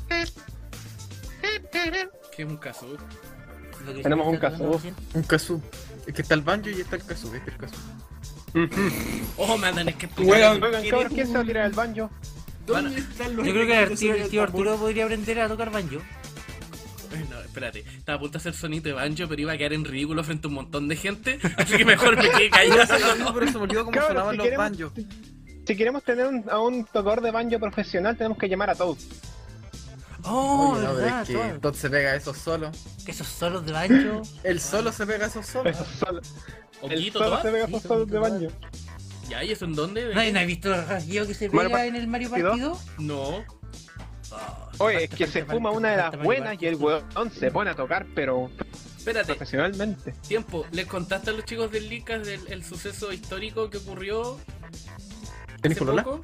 [SPEAKER 6] que es un caso.
[SPEAKER 2] Lo que
[SPEAKER 4] Tenemos un
[SPEAKER 2] está
[SPEAKER 4] caso.
[SPEAKER 2] tratando recién.
[SPEAKER 3] Un casú. Es que está el banjo y está el casú. Este es el casú.
[SPEAKER 6] Oh, me andan es que
[SPEAKER 5] Weón.
[SPEAKER 4] Oigan, cabros, ¿quién se va a tirar el banjo?
[SPEAKER 5] ¿Dónde están los
[SPEAKER 2] Yo creo que el
[SPEAKER 5] efectos
[SPEAKER 2] tío,
[SPEAKER 5] sobre
[SPEAKER 2] el tío
[SPEAKER 5] tambor?
[SPEAKER 2] Arturo podría aprender a tocar banjo.
[SPEAKER 6] No, espérate. Estaba a punto de hacer sonido de banjo, pero iba a quedar en ridículo frente a un montón de gente. Así que mejor me quedé
[SPEAKER 3] No,
[SPEAKER 6] callado.
[SPEAKER 3] pero se me olvidó cómo
[SPEAKER 4] Cabros,
[SPEAKER 3] sonaban
[SPEAKER 4] si
[SPEAKER 3] los
[SPEAKER 4] queremos-
[SPEAKER 3] banjos.
[SPEAKER 4] Si queremos tener un- a un tocador de banjo profesional, tenemos que llamar a Toad.
[SPEAKER 2] Oh,
[SPEAKER 3] Oye, no, pero
[SPEAKER 2] verdad,
[SPEAKER 3] es que
[SPEAKER 2] todo.
[SPEAKER 3] Todd se pega a esos solos.
[SPEAKER 2] Que Esos solos de banjo.
[SPEAKER 3] Él solo se pega a esos solos.
[SPEAKER 4] Eso solo, el
[SPEAKER 6] Oquito,
[SPEAKER 4] solo se
[SPEAKER 6] ¿todas?
[SPEAKER 4] pega esos solos de banjo.
[SPEAKER 6] ¿Ya? ¿Y eso en dónde?
[SPEAKER 2] ¿Nadie no ha visto el rasgueo que se
[SPEAKER 4] Mario
[SPEAKER 2] pega
[SPEAKER 4] Par-
[SPEAKER 2] en el Mario
[SPEAKER 4] Partido.
[SPEAKER 2] Partido?
[SPEAKER 6] No.
[SPEAKER 4] Oye, es que se fuma una de las buenas y el
[SPEAKER 2] huevo
[SPEAKER 4] weón se pone a tocar, pero
[SPEAKER 6] Espérate.
[SPEAKER 4] profesionalmente.
[SPEAKER 6] Tiempo. ¿Les contaste a los chicos del Leadcast del el suceso histórico que ocurrió
[SPEAKER 3] ¿Tenés
[SPEAKER 6] hace
[SPEAKER 3] polola?
[SPEAKER 6] poco?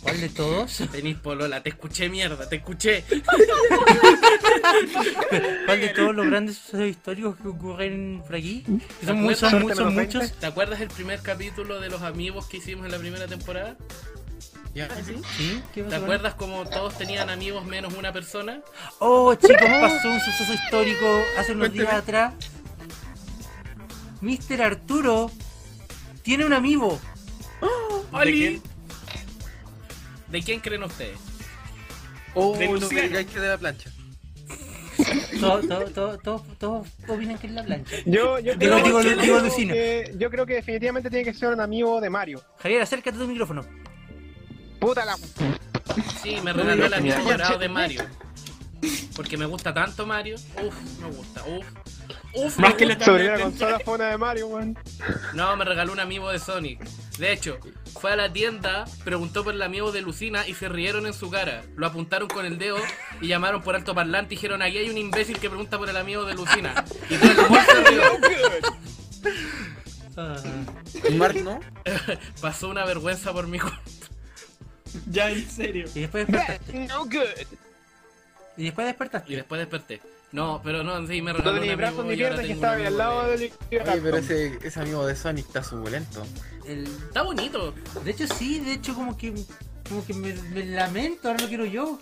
[SPEAKER 2] ¿Cuál de todos?
[SPEAKER 6] Tenís polola, te escuché mierda, te escuché.
[SPEAKER 2] ¿Cuál de todos los grandes sucesos históricos que ocurren por aquí? Que son, muy- son,
[SPEAKER 4] Suerte
[SPEAKER 2] muy- son
[SPEAKER 4] en los
[SPEAKER 2] muchos.
[SPEAKER 6] ¿Te acuerdas el primer capítulo de los amigos que hicimos en la primera temporada? ¿Ah,
[SPEAKER 3] Ya, sí.
[SPEAKER 2] ¿Sí? ¿Qué
[SPEAKER 6] ¿Te
[SPEAKER 2] pasó?
[SPEAKER 6] acuerdas como todos tenían amigos menos una persona?
[SPEAKER 2] Oh, chicos,
[SPEAKER 3] ¡Ah!
[SPEAKER 2] pasó un suceso histórico hace unos días atrás. Mr. Arturo tiene un amigo.
[SPEAKER 5] ¿De quién?
[SPEAKER 6] ¿De quién creen ustedes?
[SPEAKER 3] Oh,
[SPEAKER 5] Del
[SPEAKER 3] no
[SPEAKER 5] Luciano.
[SPEAKER 3] me digáis que de la plancha.
[SPEAKER 2] Todos todo, todo, todo, todo opinan que es la plancha.
[SPEAKER 4] Yo, yo,
[SPEAKER 2] Digo,
[SPEAKER 4] creo,
[SPEAKER 2] digo,
[SPEAKER 4] yo
[SPEAKER 2] digo,
[SPEAKER 4] creo
[SPEAKER 2] Lucina.
[SPEAKER 4] que, yo creo que definitivamente tiene que ser un amigo de Mario.
[SPEAKER 2] Javier, acércate a tu micrófono.
[SPEAKER 4] Puta la...
[SPEAKER 6] Sí, me regaló el amigo
[SPEAKER 4] mira.
[SPEAKER 6] dorado de Mario. Porque me gusta tanto Mario. Uf, me gusta, uf. Uf, me
[SPEAKER 5] Más que la
[SPEAKER 6] gusta.
[SPEAKER 4] Sobre la consola fue una de Mario, weón.
[SPEAKER 6] No, me regaló un amigo de Sonic. De hecho, fue a la tienda, preguntó por el amigo de Lucina y se rieron en su cara. Lo apuntaron con el dedo y llamaron por alto parlante y dijeron, aquí hay un imbécil que pregunta por el amigo de Lucina. Y todo el mundo se rió.
[SPEAKER 2] Ah,
[SPEAKER 3] Mark no.
[SPEAKER 6] Pasó una vergüenza por mi culpa.
[SPEAKER 5] Ya, en serio.
[SPEAKER 2] y después despertaste.
[SPEAKER 4] No good.
[SPEAKER 2] Y después despertaste.
[SPEAKER 6] Y después desperté. No, pero no, sí, me
[SPEAKER 4] No
[SPEAKER 6] regaló
[SPEAKER 4] tenía
[SPEAKER 6] un
[SPEAKER 4] brazos
[SPEAKER 6] amigo
[SPEAKER 4] ni
[SPEAKER 6] y ahora
[SPEAKER 4] piernas y
[SPEAKER 6] tengo un
[SPEAKER 4] estaba ahí al
[SPEAKER 6] amigo
[SPEAKER 4] lado
[SPEAKER 6] de-
[SPEAKER 4] del...
[SPEAKER 3] Oye, pero ese, ese amigo de Sonic está suculento.
[SPEAKER 2] El-
[SPEAKER 6] Está bonito.
[SPEAKER 2] De hecho, sí, de hecho, como que, como que me, me lamento, ahora lo quiero yo.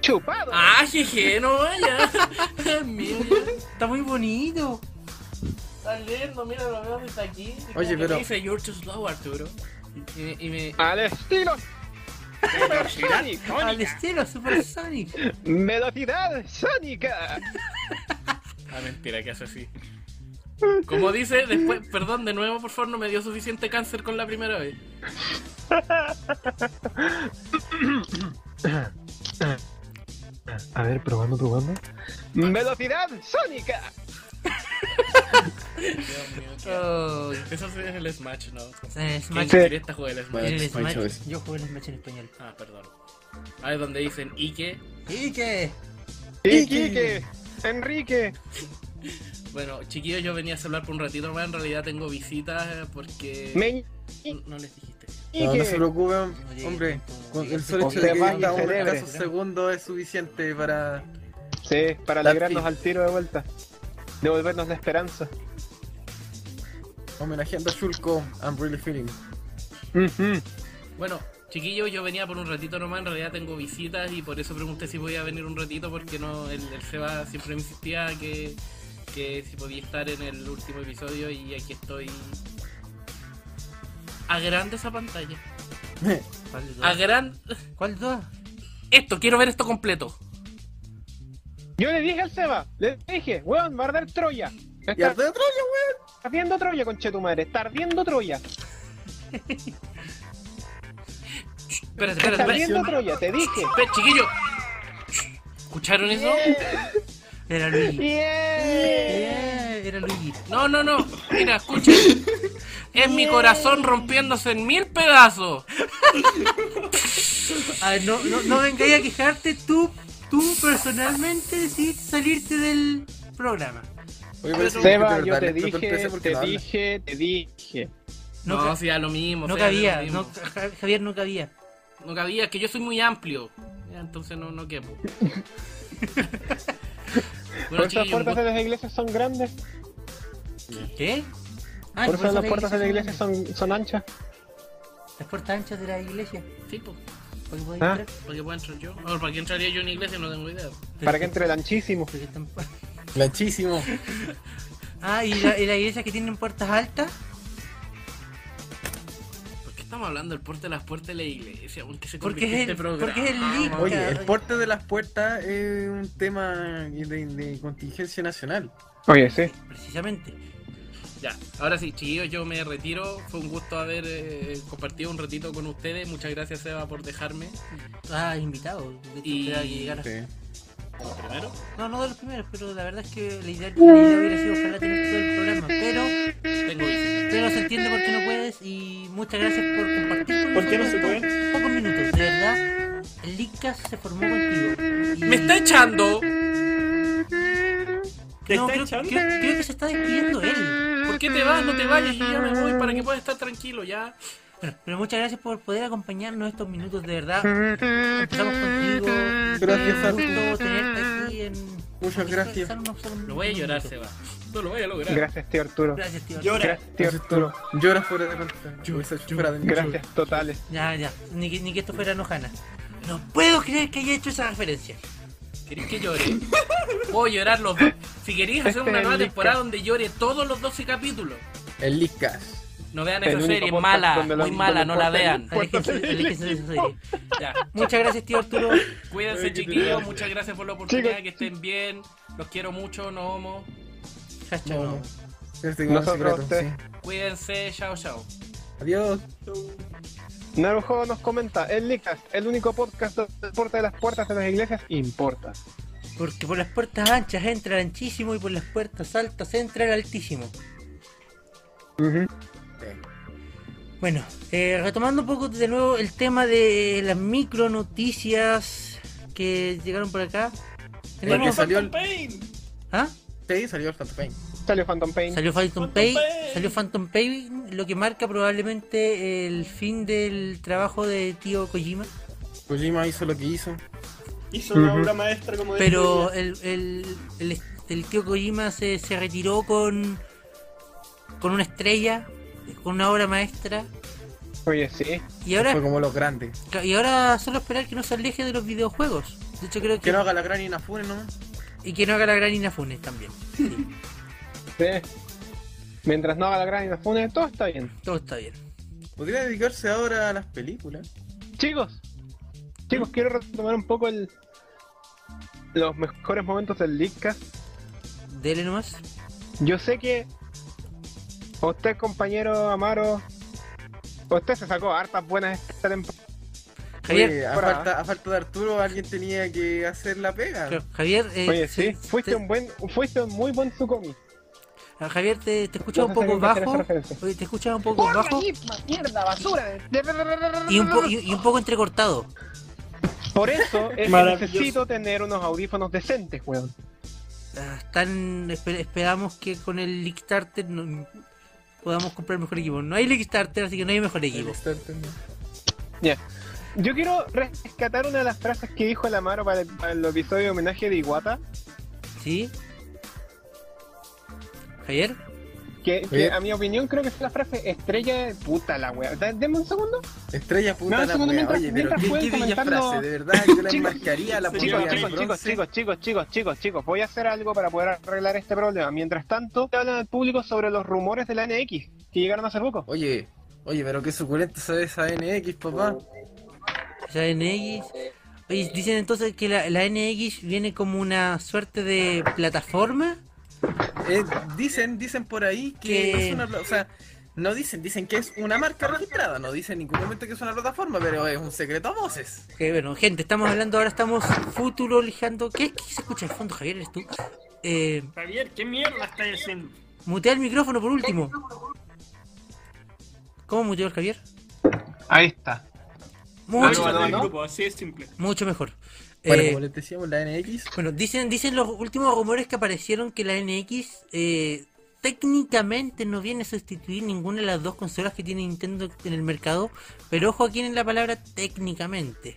[SPEAKER 4] Chupado.
[SPEAKER 6] Ah, jeje, no vaya. Mira,
[SPEAKER 2] Está muy bonito.
[SPEAKER 6] está lindo, mira, lo veo desde aquí. Y como
[SPEAKER 3] Oye,
[SPEAKER 6] que
[SPEAKER 3] pero-
[SPEAKER 6] me Dice, you're too slow, Arturo. Y me- y me,
[SPEAKER 4] Al estilo... Sonic,
[SPEAKER 2] Al estilo Super Sonic.
[SPEAKER 4] Velocidad sónica.
[SPEAKER 6] Ah, mentira, que hace así. Como dice, después, perdón, de nuevo, por favor, no me dio suficiente cáncer con la primera vez.
[SPEAKER 4] A ver, probando, probando. Velocidad sónica.
[SPEAKER 6] Dios mío, qué-
[SPEAKER 2] Oh,
[SPEAKER 6] Eso sí es el Smash, ¿no?
[SPEAKER 2] en
[SPEAKER 6] Qué
[SPEAKER 2] Smash.
[SPEAKER 6] indirecta juega el Smash.
[SPEAKER 2] en el
[SPEAKER 3] Smash,
[SPEAKER 2] Smash-
[SPEAKER 3] Smash.
[SPEAKER 2] Yo jugué el Smash en español.
[SPEAKER 6] Ah, perdón. Ah, es donde dicen Ike.
[SPEAKER 2] ¿Y qué?
[SPEAKER 4] Iquique. Enrique.
[SPEAKER 6] Bueno, chiquillos, yo venía a hablar por un ratito más. En realidad tengo visitas eh, porque.
[SPEAKER 4] Meñique.
[SPEAKER 6] No, no les dijiste.
[SPEAKER 3] No, no se preocupen, hombre. Con el solo hecho de que
[SPEAKER 4] Complementa
[SPEAKER 3] haya un
[SPEAKER 4] cerebro.
[SPEAKER 3] escaso segundo es suficiente para.
[SPEAKER 4] Sí, para
[SPEAKER 3] Dar
[SPEAKER 4] alegrarnos
[SPEAKER 3] fin.
[SPEAKER 4] al tiro de vuelta. Devolvernos la esperanza.
[SPEAKER 3] Homenajeando a Shulko, I'm really feeling.
[SPEAKER 4] Ujú.
[SPEAKER 6] Bueno, chiquillos, yo venía por un ratito nomás, en realidad tengo visitas y por eso pregunté si podía venir un ratito porque no el, el Seba siempre me insistía que, que si podía estar en el último episodio y aquí estoy. A grande esa pantalla.
[SPEAKER 2] ¿Cuál de
[SPEAKER 6] A
[SPEAKER 2] todas?
[SPEAKER 6] gran...
[SPEAKER 2] ¿Cuál de todas?
[SPEAKER 6] Esto, quiero ver esto completo.
[SPEAKER 4] Yo le dije al Seba, le dije, weón, va a arder Troya. Está,
[SPEAKER 3] Y hasta atrás,
[SPEAKER 4] está ardiendo Troya, conchetumadre, está ardiendo Troya.
[SPEAKER 6] Espérate,
[SPEAKER 4] Está
[SPEAKER 6] espérate, espérate.
[SPEAKER 4] ardiendo Troya, te dije.
[SPEAKER 6] Espera, chiquillos. ¿Escucharon eso?
[SPEAKER 2] Era Luigi.
[SPEAKER 4] Yeah.
[SPEAKER 2] Eh, Era Luigi.
[SPEAKER 6] No, no, no. Mira, escuchen. Es mi corazón rompiéndose en mil pedazos.
[SPEAKER 2] Ah, no, no, no vengáis a quejarte tú, tú personalmente decidiste salirte del programa.
[SPEAKER 3] Oye, pero sí,
[SPEAKER 4] Seba,
[SPEAKER 3] de
[SPEAKER 4] yo
[SPEAKER 3] verdad,
[SPEAKER 4] te
[SPEAKER 3] le estoy
[SPEAKER 4] dije,
[SPEAKER 3] sorpreso porque
[SPEAKER 4] te
[SPEAKER 3] no habla.
[SPEAKER 4] dije, te dije.
[SPEAKER 2] No,
[SPEAKER 6] No,
[SPEAKER 2] ca-
[SPEAKER 6] si da lo mismo.
[SPEAKER 2] no
[SPEAKER 6] si da lo
[SPEAKER 2] cabía,
[SPEAKER 6] mismo.
[SPEAKER 2] no, Ja- Javier no cabía.
[SPEAKER 6] No cabía, que yo soy muy amplio. Ya, Entonces no, no quepo.
[SPEAKER 4] Por
[SPEAKER 6] bueno,
[SPEAKER 4] eso las
[SPEAKER 6] chiquillos,
[SPEAKER 4] puertas
[SPEAKER 6] un
[SPEAKER 4] de
[SPEAKER 6] gusto-
[SPEAKER 4] las iglesias son grandes.
[SPEAKER 2] ¿Qué? Ah,
[SPEAKER 4] Por eso las puertas de las
[SPEAKER 2] iglesia
[SPEAKER 4] iglesias son, son anchas.
[SPEAKER 2] Las puertas anchas de la iglesia.
[SPEAKER 6] Sí, po,
[SPEAKER 2] Para que podáis
[SPEAKER 4] Ah.
[SPEAKER 2] entrar.
[SPEAKER 6] ¿Para qué puedo entrar yo? O, ¿Para qué entraría yo en una iglesia? No tengo idea.
[SPEAKER 4] Para que entre el anchísimo.
[SPEAKER 2] Porque tampoco-
[SPEAKER 3] Lanchísimo.
[SPEAKER 2] Ah, y, la- y las iglesias que tienen puertas altas.
[SPEAKER 6] ¿Por qué estamos hablando del porte de las puertas de la iglesia? ¿Por qué se
[SPEAKER 2] Porque es
[SPEAKER 6] convirtió este
[SPEAKER 2] el-
[SPEAKER 6] programa?
[SPEAKER 2] porque es el link.
[SPEAKER 3] Oye,
[SPEAKER 2] Oye.
[SPEAKER 3] el porte de las puertas es un tema de, de contingencia nacional.
[SPEAKER 4] Oye, sí.
[SPEAKER 2] Precisamente.
[SPEAKER 6] Ya, ahora sí, chiquillos, yo me retiro. Fue un gusto haber eh, compartido un ratito con ustedes. Muchas gracias, Seba, por dejarme.
[SPEAKER 2] Ah, invitado. De hecho,
[SPEAKER 6] Y-
[SPEAKER 2] esperaba que llegara.
[SPEAKER 3] Sí.
[SPEAKER 6] Primero.
[SPEAKER 2] No, no de los primeros, pero la verdad es que la idea, la idea hubiera sido ojalá tener todo el programa. Pero,
[SPEAKER 6] Tengo visita.
[SPEAKER 2] pero se entiende por qué no puedes y muchas gracias por compartir con
[SPEAKER 5] ¿Por qué no se
[SPEAKER 2] nosotros po- Pocos minutos, de verdad. El Linkcast se formó contigo. Y-
[SPEAKER 6] ¡Me está echando!
[SPEAKER 5] ¿Te
[SPEAKER 2] No,
[SPEAKER 5] está
[SPEAKER 2] creo,
[SPEAKER 5] echando?
[SPEAKER 2] creo- creo que se está despidiendo él.
[SPEAKER 6] ¿Por qué te vas? No te vayas, yo ya me voy para que puedas estar tranquilo, ya.
[SPEAKER 2] Bueno, pero muchas gracias por poder acompañarnos estos minutos, de verdad. Empezamos contigo.
[SPEAKER 3] Gracias a ti.
[SPEAKER 2] Un gusto tenerte aquí en.
[SPEAKER 3] Muchas gracias.
[SPEAKER 2] Solo unos- solo unos
[SPEAKER 6] No voy a llorar,
[SPEAKER 2] minutos.
[SPEAKER 6] Seba. No lo voy a lograr.
[SPEAKER 4] Gracias, tío Arturo.
[SPEAKER 2] Gracias, tío.
[SPEAKER 5] Llora.
[SPEAKER 4] Gracias, tío Arturo.
[SPEAKER 3] Lloras fuera de control. Esa fuera de mi
[SPEAKER 4] Gracias totales.
[SPEAKER 2] Ya, ya. Ni que, ni que esto fuera Nojana. No puedo creer que haya hecho esa referencia.
[SPEAKER 6] ¿Queréis que llore? Puedo llorar los dos. Si queréis hacer
[SPEAKER 4] Este
[SPEAKER 6] una
[SPEAKER 4] es
[SPEAKER 6] nueva
[SPEAKER 4] el
[SPEAKER 6] temporada donde llore todos los 12 capítulos.
[SPEAKER 3] El Lickas.
[SPEAKER 6] No vean
[SPEAKER 4] El
[SPEAKER 6] esa
[SPEAKER 4] único
[SPEAKER 6] serie, es
[SPEAKER 4] podcast
[SPEAKER 6] mala,
[SPEAKER 4] donde la-
[SPEAKER 6] muy mala, no
[SPEAKER 4] donde
[SPEAKER 6] la
[SPEAKER 4] cortan
[SPEAKER 6] vean.
[SPEAKER 2] Aléjense aléjense de esa serie.
[SPEAKER 6] Ya.
[SPEAKER 2] Muchas gracias, tío Arturo.
[SPEAKER 6] Cuídense,
[SPEAKER 3] Ay, qué
[SPEAKER 6] chiquillos.
[SPEAKER 3] terrible.
[SPEAKER 6] Muchas gracias por la oportunidad.
[SPEAKER 4] Chicos.
[SPEAKER 6] Que estén bien. Los quiero mucho, nos vamos.
[SPEAKER 2] Hashtag
[SPEAKER 3] No.
[SPEAKER 2] no.
[SPEAKER 3] Este como
[SPEAKER 4] Nosotros,
[SPEAKER 3] secreto,
[SPEAKER 4] usted.
[SPEAKER 3] sí.
[SPEAKER 6] Cuídense, chao, chao.
[SPEAKER 3] Adiós.
[SPEAKER 4] Narujo nos comenta, el Licast, el único podcast donde el porte de las puertas de las iglesias importa.
[SPEAKER 2] Porque por las puertas anchas entra el anchísimo y por las puertas altas entra el altísimo. Bueno, eh, retomando un poco de nuevo el tema de las micro noticias que llegaron por acá.
[SPEAKER 3] Porque
[SPEAKER 2] Tenemos-
[SPEAKER 3] salió el-
[SPEAKER 5] Pain.
[SPEAKER 2] ¿Ah?
[SPEAKER 3] Sí, salió el Santa Pain.
[SPEAKER 4] Salió Phantom Pain.
[SPEAKER 2] Salió Phantom
[SPEAKER 5] Phantom
[SPEAKER 2] Pay,
[SPEAKER 5] Pain.
[SPEAKER 2] salió Phantom Pay, lo que marca probablemente el fin del trabajo de tío Kojima.
[SPEAKER 3] Kojima hizo lo que hizo.
[SPEAKER 5] Hizo una
[SPEAKER 4] Ujú.
[SPEAKER 5] obra maestra como de
[SPEAKER 2] Pero el, el- el- el tío Kojima se, se retiró con, con una estrella, con una obra maestra.
[SPEAKER 4] Oye, sí.
[SPEAKER 2] Y
[SPEAKER 3] Fue
[SPEAKER 2] ahora,
[SPEAKER 3] como los grandes.
[SPEAKER 2] y ahora solo esperar que no se aleje de los videojuegos. De hecho, creo que.
[SPEAKER 3] Que no haga la gran Inafune nomás.
[SPEAKER 2] Y que no haga la gran Inafune también. Sí,
[SPEAKER 4] sí. Mientras no haga la gran inafune, todo está bien.
[SPEAKER 2] todo está bien.
[SPEAKER 3] Podría dedicarse ahora a las películas.
[SPEAKER 4] Chicos, chicos, quiero retomar un poco el los mejores momentos del Leadcast.
[SPEAKER 2] Dele nomás.
[SPEAKER 4] Yo sé que a usted, compañero Amaro, usted se sacó hartas buenas esta temporada.
[SPEAKER 2] Javier,
[SPEAKER 3] Oye, a,
[SPEAKER 4] Ahora.
[SPEAKER 3] falta, a falta de Arturo, alguien tenía que hacer la pega.
[SPEAKER 2] Ja- Javier, eh,
[SPEAKER 4] Oye,
[SPEAKER 2] se-
[SPEAKER 4] sí, fuiste
[SPEAKER 2] se-
[SPEAKER 4] un buen, fuiste un muy buen Tsukomi.
[SPEAKER 2] Ah, Javier, te, te escuchaba un
[SPEAKER 4] No sé
[SPEAKER 2] poco
[SPEAKER 4] si
[SPEAKER 2] bajo.
[SPEAKER 4] alguien quiere hacer referencia.
[SPEAKER 2] Oye, te escuchaba un poco bajo
[SPEAKER 4] mierda, basura.
[SPEAKER 2] y un, po- y, y un poco entrecortado.
[SPEAKER 4] Por eso es que
[SPEAKER 5] Maravilloso.
[SPEAKER 4] necesito tener unos audífonos decentes, weón.
[SPEAKER 2] Ah, están, esper- esperamos que con el Kickstarter no- podamos comprar mejor equipo. No hay Kickstarter, así que no hay mejor equipo.
[SPEAKER 4] Ya. Yo quiero rescatar una de las frases que dijo el Amaro para el, para el episodio de homenaje de Iguata.
[SPEAKER 2] ¿Sí? ¿Javier?
[SPEAKER 4] Que, que
[SPEAKER 3] Oye.
[SPEAKER 4] a mi opinión creo que es la frase estrella de puta la wea. Da- Deme un segundo.
[SPEAKER 3] Estrella puta
[SPEAKER 4] No,
[SPEAKER 3] la
[SPEAKER 4] segundo,
[SPEAKER 3] wea.
[SPEAKER 4] mientras-
[SPEAKER 3] Oye, pero
[SPEAKER 4] mientras
[SPEAKER 3] ¿qué,
[SPEAKER 4] pueden
[SPEAKER 3] qué bella
[SPEAKER 4] comentarnos-
[SPEAKER 3] frase, de verdad, yo la
[SPEAKER 4] Chicos,
[SPEAKER 3] enmascaría, la
[SPEAKER 5] chicos,
[SPEAKER 3] pondría
[SPEAKER 4] Chicos,
[SPEAKER 3] de
[SPEAKER 4] chicos, chicos,
[SPEAKER 3] bronce.
[SPEAKER 4] chicos, chicos, chicos, chicos, chicos, voy a hacer algo para poder arreglar este problema. Mientras tanto, te hablan al público sobre los rumores de la NX que llegaron hace poco.
[SPEAKER 3] Oye, oye, pero qué suculenta se ve esa NX, papá.
[SPEAKER 2] O sea, NX. Oye, dicen entonces que la, la NX viene como una suerte de plataforma.
[SPEAKER 3] Eh, dicen, dicen por ahí que
[SPEAKER 2] Que-
[SPEAKER 3] es una pla- o sea, no dicen, dicen que es una marca registrada, no dicen en ningún momento que es una plataforma, pero es un secreto a voces.
[SPEAKER 2] Que bueno, gente, estamos hablando ahora, estamos futurolizando. ¿Qué, ¿Qué se escucha de fondo, Javier? ¿Eres tú? Eh,
[SPEAKER 5] Javier, ¿qué mierda estáis haciendo?
[SPEAKER 2] mutea el micrófono por último. ¿Cómo muteó el Javier?
[SPEAKER 4] Ahí está.
[SPEAKER 2] Mucho,
[SPEAKER 4] no,
[SPEAKER 5] Hablo del
[SPEAKER 4] no.
[SPEAKER 5] grupo, así es simple.
[SPEAKER 2] mucho mejor.
[SPEAKER 3] Bueno,
[SPEAKER 2] Eh,
[SPEAKER 3] como les decíamos, la NX
[SPEAKER 2] Bueno, dicen, dicen los últimos rumores que aparecieron que la NX eh, técnicamente no viene a sustituir ninguna de las dos consolas que tiene Nintendo en el mercado, pero ojo aquí en la palabra técnicamente.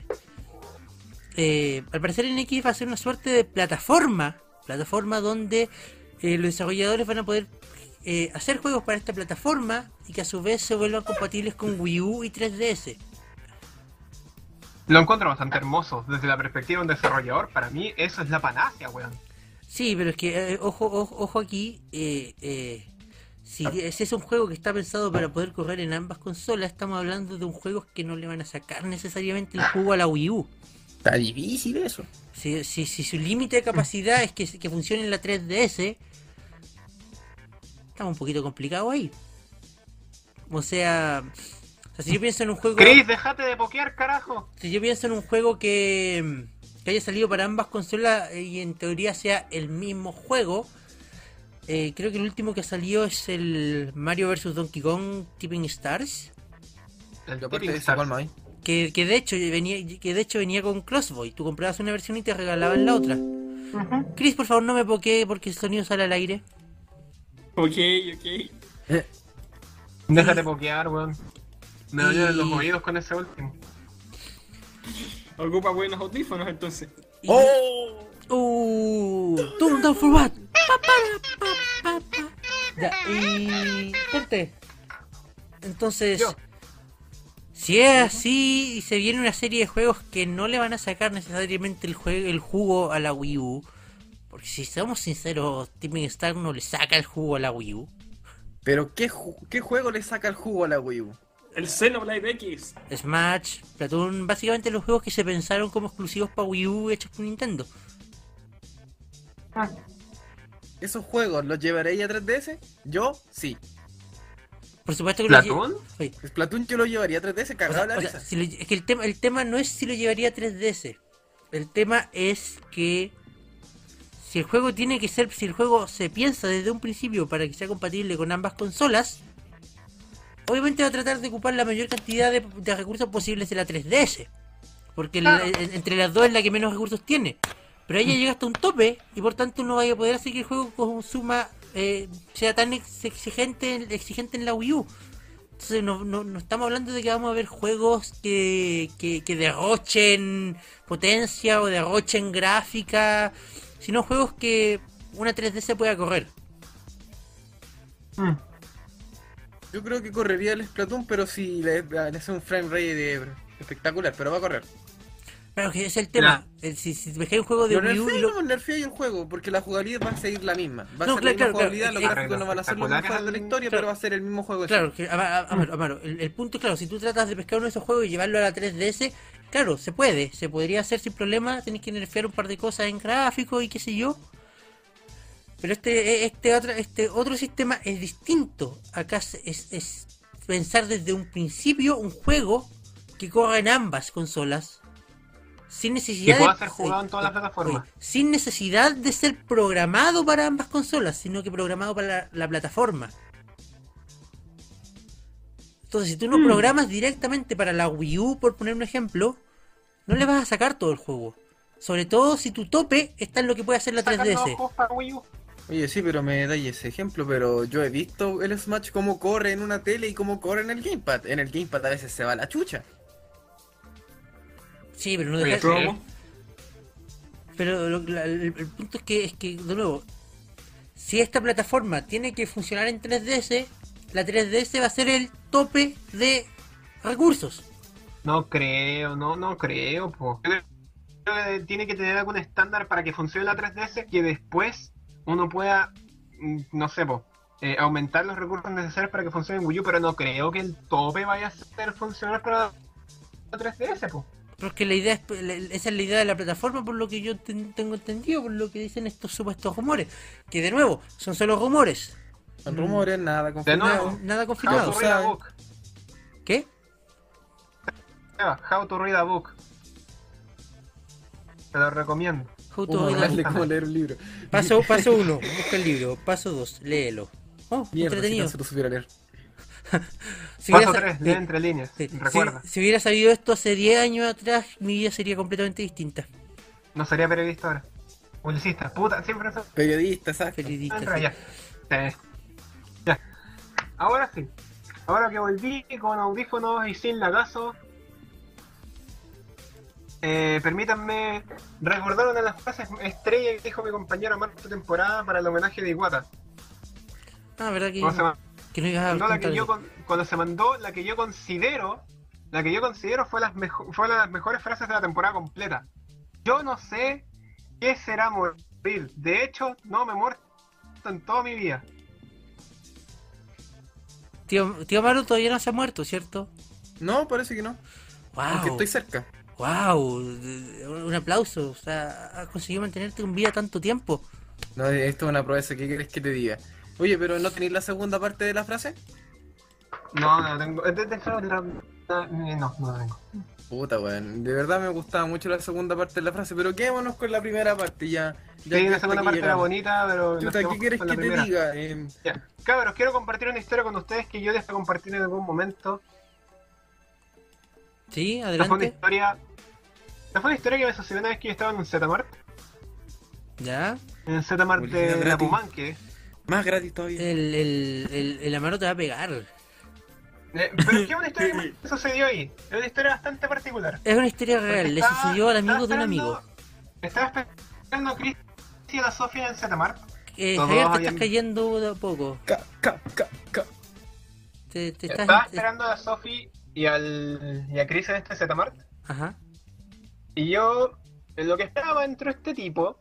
[SPEAKER 2] Eh, al parecer NX va a ser una suerte de plataforma, plataforma donde eh, los desarrolladores van a poder eh, hacer juegos para esta plataforma y que a su vez se vuelvan compatibles con Wii U y 3DS.
[SPEAKER 4] Lo encuentro bastante hermoso. Desde la perspectiva de un desarrollador, para mí eso es la panacea, weón.
[SPEAKER 2] Sí, pero es que, eh, ojo, ojo, ojo aquí, eh, eh,
[SPEAKER 3] Ah.
[SPEAKER 2] si ese es un juego que está pensado para poder correr en ambas consolas, estamos hablando de un juego que no le van a sacar necesariamente el jugo a la Wii U.
[SPEAKER 3] Ah. está difícil eso.
[SPEAKER 2] Si, si, si su límite de capacidad es que, que funcione en la 3DS, estamos un poquito complicados ahí. O sea, o sea, si yo pienso en un juego...
[SPEAKER 4] Chris, déjate de pokear, carajo.
[SPEAKER 2] Si yo pienso en un juego que, que haya salido para ambas consolas eh, y en teoría sea el mismo juego, eh, creo que el último que salió es el Mario vs. Donkey Kong Tipping Stars,
[SPEAKER 4] El
[SPEAKER 3] Yo aparte de
[SPEAKER 4] tipping
[SPEAKER 3] eso, ¿eh?
[SPEAKER 4] star.
[SPEAKER 3] ¿cuál más hay?
[SPEAKER 2] que, que de hecho venía, que de hecho venía con Crossboy. Tú comprabas una versión y te regalaban la otra. Chris, por favor, no me poquee porque el sonido sale al aire.
[SPEAKER 5] Ok, ok.
[SPEAKER 4] Déjate pokear, weón. Me
[SPEAKER 2] Y-
[SPEAKER 4] dolieron los oídos con ese último.
[SPEAKER 5] Ocupa buenos audífonos entonces.
[SPEAKER 2] Y- ¡Uh! ¡Turn down for what! Pa, pa, pa, pa, pa. Ya, y. Gente. Entonces.
[SPEAKER 4] Yo.
[SPEAKER 2] Si es así y se viene una serie de juegos que no le van a sacar necesariamente el, jue- el jugo a la Wii U. Porque si somos sinceros, Timmy Stark no le saca el jugo a la Wii U.
[SPEAKER 3] Pero ¿qué, ju- qué juego le saca el jugo a la Wii U?
[SPEAKER 5] El Xenoblade X.
[SPEAKER 2] Smash, Platoon, básicamente los juegos que se pensaron como exclusivos para Wii U hechos por Nintendo.
[SPEAKER 4] Ah,
[SPEAKER 3] ¿Esos juegos los llevaréis a 3DS? Yo sí.
[SPEAKER 2] Por supuesto que los lle-
[SPEAKER 4] ¿Platón?
[SPEAKER 2] Oye,
[SPEAKER 3] Splatoon yo lo llevaría a 3DS
[SPEAKER 2] O sea,
[SPEAKER 3] cagado de la
[SPEAKER 2] o sea,
[SPEAKER 3] risa.
[SPEAKER 2] si lo- es que el tema, el tema no es si lo llevaría a 3DS. El tema es que si el juego tiene que ser, si el juego se piensa desde un principio para que sea compatible con ambas consolas, obviamente va a tratar de ocupar la mayor cantidad de, de recursos posibles de la 3DS. Porque la- en- entre las dos es la que menos recursos tiene. Pero ella llega hasta un tope y por tanto no vaya a poder hacer que el juego consuma, eh, sea tan ex- exigente, exigente en la Wii U. Entonces no, no, no estamos hablando de que vamos a ver juegos que, que, que derrochen potencia o derrochen gráfica, sino juegos que una 3D se pueda correr.
[SPEAKER 4] Mm.
[SPEAKER 3] Yo creo que correría el Splatoon, pero si le, le hace un frame rate de espectacular, pero va a correr.
[SPEAKER 2] Pero que ese es el tema. El- si, si me cae un juego de
[SPEAKER 3] Lo
[SPEAKER 2] Wii U y
[SPEAKER 3] nerfeé,
[SPEAKER 2] lo-
[SPEAKER 3] no, nerfeé el juego, porque la jugabilidad va a seguir la misma. Va a
[SPEAKER 2] No, claro,
[SPEAKER 3] ser la misma
[SPEAKER 2] claro,
[SPEAKER 3] jugabilidad,
[SPEAKER 2] claro.
[SPEAKER 3] los gráficos no van a ser los
[SPEAKER 4] Espectaculares
[SPEAKER 3] mejores de la historia,
[SPEAKER 2] claro.
[SPEAKER 3] pero va a ser el mismo juego.
[SPEAKER 2] Claro, que, ama- ama- Amaro, Amaro, el, el punto es claro, si tú tratas de pescar uno de esos juegos y llevarlo a la 3DS, claro, se puede, se podría hacer sin problema, tenés que nerfear un par de cosas en gráfico y qué sé yo. Pero este, e- este otro, este otro sistema es distinto. Acá se- es, es pensar desde un principio un juego que corra en ambas consolas. Sin necesidad
[SPEAKER 4] Que pueda
[SPEAKER 2] de-
[SPEAKER 4] ser jugado en todas las plataformas.
[SPEAKER 2] Oye, sin necesidad de ser programado para ambas consolas, sino que programado para la, la plataforma. Entonces, si tú no programas directamente para la Wii U, por poner un ejemplo, no le vas a sacar todo el juego. Sobre todo si tu tope está en lo que puede hacer la
[SPEAKER 4] Sacando
[SPEAKER 2] 3DS.
[SPEAKER 4] ojos para Wii U.
[SPEAKER 3] Oye, sí, pero me dais ese ejemplo, pero yo he visto el Smash cómo corre en una tele y cómo corre en el Gamepad. En el Gamepad a veces se va la chucha.
[SPEAKER 2] Sí, pero no
[SPEAKER 5] El
[SPEAKER 2] deja-
[SPEAKER 5] promo.
[SPEAKER 2] Pero lo- la- el, el punto es que, es que, de nuevo, si esta plataforma tiene que funcionar en 3DS, la 3DS va a ser el tope de recursos.
[SPEAKER 4] No creo, no, no creo, po. Yo creo que Tiene que tener algún estándar para que funcione la 3DS que después uno pueda, mm, no sé, po, eh, aumentar los recursos necesarios para que funcione en Wii U, pero no creo que el tope vaya a ser funcionar para la 3DS, po.
[SPEAKER 2] Porque la idea es, la- esa es la idea de la plataforma, por lo que yo ten- tengo entendido, por lo que dicen estos supuestos rumores. Que de nuevo, son solo rumores,
[SPEAKER 3] Son
[SPEAKER 2] Mm.
[SPEAKER 3] rumores, nada
[SPEAKER 4] De
[SPEAKER 3] confirmado.
[SPEAKER 4] nuevo,
[SPEAKER 2] nada
[SPEAKER 4] How
[SPEAKER 2] confirmado.
[SPEAKER 4] to read a
[SPEAKER 3] saben.
[SPEAKER 4] book.
[SPEAKER 2] ¿Qué?
[SPEAKER 4] Seba, How to read a book. Te lo recomiendo.
[SPEAKER 2] How to
[SPEAKER 3] Uno
[SPEAKER 2] read a
[SPEAKER 3] hablarle
[SPEAKER 2] book.
[SPEAKER 3] como leer un libro.
[SPEAKER 2] Paso, paso uno, busca el libro. Paso dos, léelo. Oh,
[SPEAKER 3] Mierda, si
[SPEAKER 2] entretenido.
[SPEAKER 3] tan solo supiera leer.
[SPEAKER 2] Si
[SPEAKER 4] Paso
[SPEAKER 2] hubiera sa-
[SPEAKER 4] 3,
[SPEAKER 2] sí,
[SPEAKER 4] lee entre líneas.
[SPEAKER 2] sí.
[SPEAKER 4] Recuerda,
[SPEAKER 2] Si, si hubiera sabido esto hace 10 años atrás, mi vida sería completamente distinta.
[SPEAKER 4] no sería periodista ahora. Publicista, puta, siempre soy-
[SPEAKER 3] Periodista, exacto.
[SPEAKER 2] Felidita,
[SPEAKER 4] Entra
[SPEAKER 2] sí.
[SPEAKER 4] ya. Eh, ya. Ahora sí. Ahora que volví con audífonos y sin lagazo. eh, permítanme recordar una de las frases estrella que dijo mi compañero Marco esta temporada para el homenaje de Iguata.
[SPEAKER 2] Ah, ¿verdad que,
[SPEAKER 4] Cuando se
[SPEAKER 2] que no ibas a
[SPEAKER 4] mandó la que
[SPEAKER 2] contar
[SPEAKER 4] yo
[SPEAKER 2] eso?
[SPEAKER 4] con- cuando se mandó la que yo considero, la que yo considero fue las mejo- fue una de las mejores frases de la temporada completa. Yo no sé qué será morir. De hecho, no me he muerto en toda mi vida.
[SPEAKER 2] Tío, tío Maru todavía no se ha muerto, ¿cierto?
[SPEAKER 3] No, parece que no. Aunque
[SPEAKER 2] ¡Wow!
[SPEAKER 3] estoy cerca.
[SPEAKER 2] ¡Wow! Un aplauso. O sea, has conseguido mantenerte con vida tanto tiempo.
[SPEAKER 3] No, esto es una proeza, ¿qué crees que te diga? Oye, pero ¿no tenéis la segunda parte de la frase?
[SPEAKER 4] No, no tengo. de- de- de- de- no, no tengo.
[SPEAKER 3] Puta, weón. De verdad me gustaba mucho la segunda parte de la frase, pero quedémonos con la primera parte ya. ya
[SPEAKER 4] Sí,
[SPEAKER 3] que
[SPEAKER 4] la
[SPEAKER 3] hasta
[SPEAKER 4] segunda
[SPEAKER 3] aquí
[SPEAKER 4] parte era
[SPEAKER 3] llegamos.
[SPEAKER 4] bonita, pero. nos
[SPEAKER 3] Chuta,
[SPEAKER 4] quedamos
[SPEAKER 3] ¿qué quieres
[SPEAKER 4] con la
[SPEAKER 3] que te
[SPEAKER 4] primera.
[SPEAKER 3] diga? Eh,
[SPEAKER 4] Ya. Cabros, quiero compartir una historia con ustedes que yo les voy a compartir en algún momento.
[SPEAKER 2] Sí,
[SPEAKER 4] Esta fue una
[SPEAKER 2] adelante.
[SPEAKER 4] historia. Esta fue una historia que me sucedió una vez que yo estaba en un Zmart.
[SPEAKER 2] Ya.
[SPEAKER 4] En el Zmart
[SPEAKER 3] Publicidad
[SPEAKER 4] de la
[SPEAKER 3] gratis.
[SPEAKER 4] Pumanque.
[SPEAKER 3] más gratis todavía.
[SPEAKER 2] El, el, el, el Amaro te va a pegar.
[SPEAKER 4] Eh, Pero es que es una historia que me sucedió ahí. Es una historia bastante particular.
[SPEAKER 2] Es una historia
[SPEAKER 4] Porque
[SPEAKER 2] real. Le
[SPEAKER 4] estaba-
[SPEAKER 2] sucedió al amigo de un
[SPEAKER 4] estaba
[SPEAKER 2] amigo.
[SPEAKER 4] esperando- Estaba esperando a Chris y a la Sofía en el Zmart.
[SPEAKER 2] Eh, Javier,
[SPEAKER 4] Todos
[SPEAKER 2] te estás
[SPEAKER 4] habían-
[SPEAKER 2] cayendo de a poco.
[SPEAKER 3] Ca, ca, ca, ca.
[SPEAKER 2] Te, te estás.
[SPEAKER 4] Estaba
[SPEAKER 2] te-
[SPEAKER 4] esperando a la Sofi y, al, y a Chris en este Zmart.
[SPEAKER 2] Ajá.
[SPEAKER 4] Y yo, en lo que estaba, entró este tipo.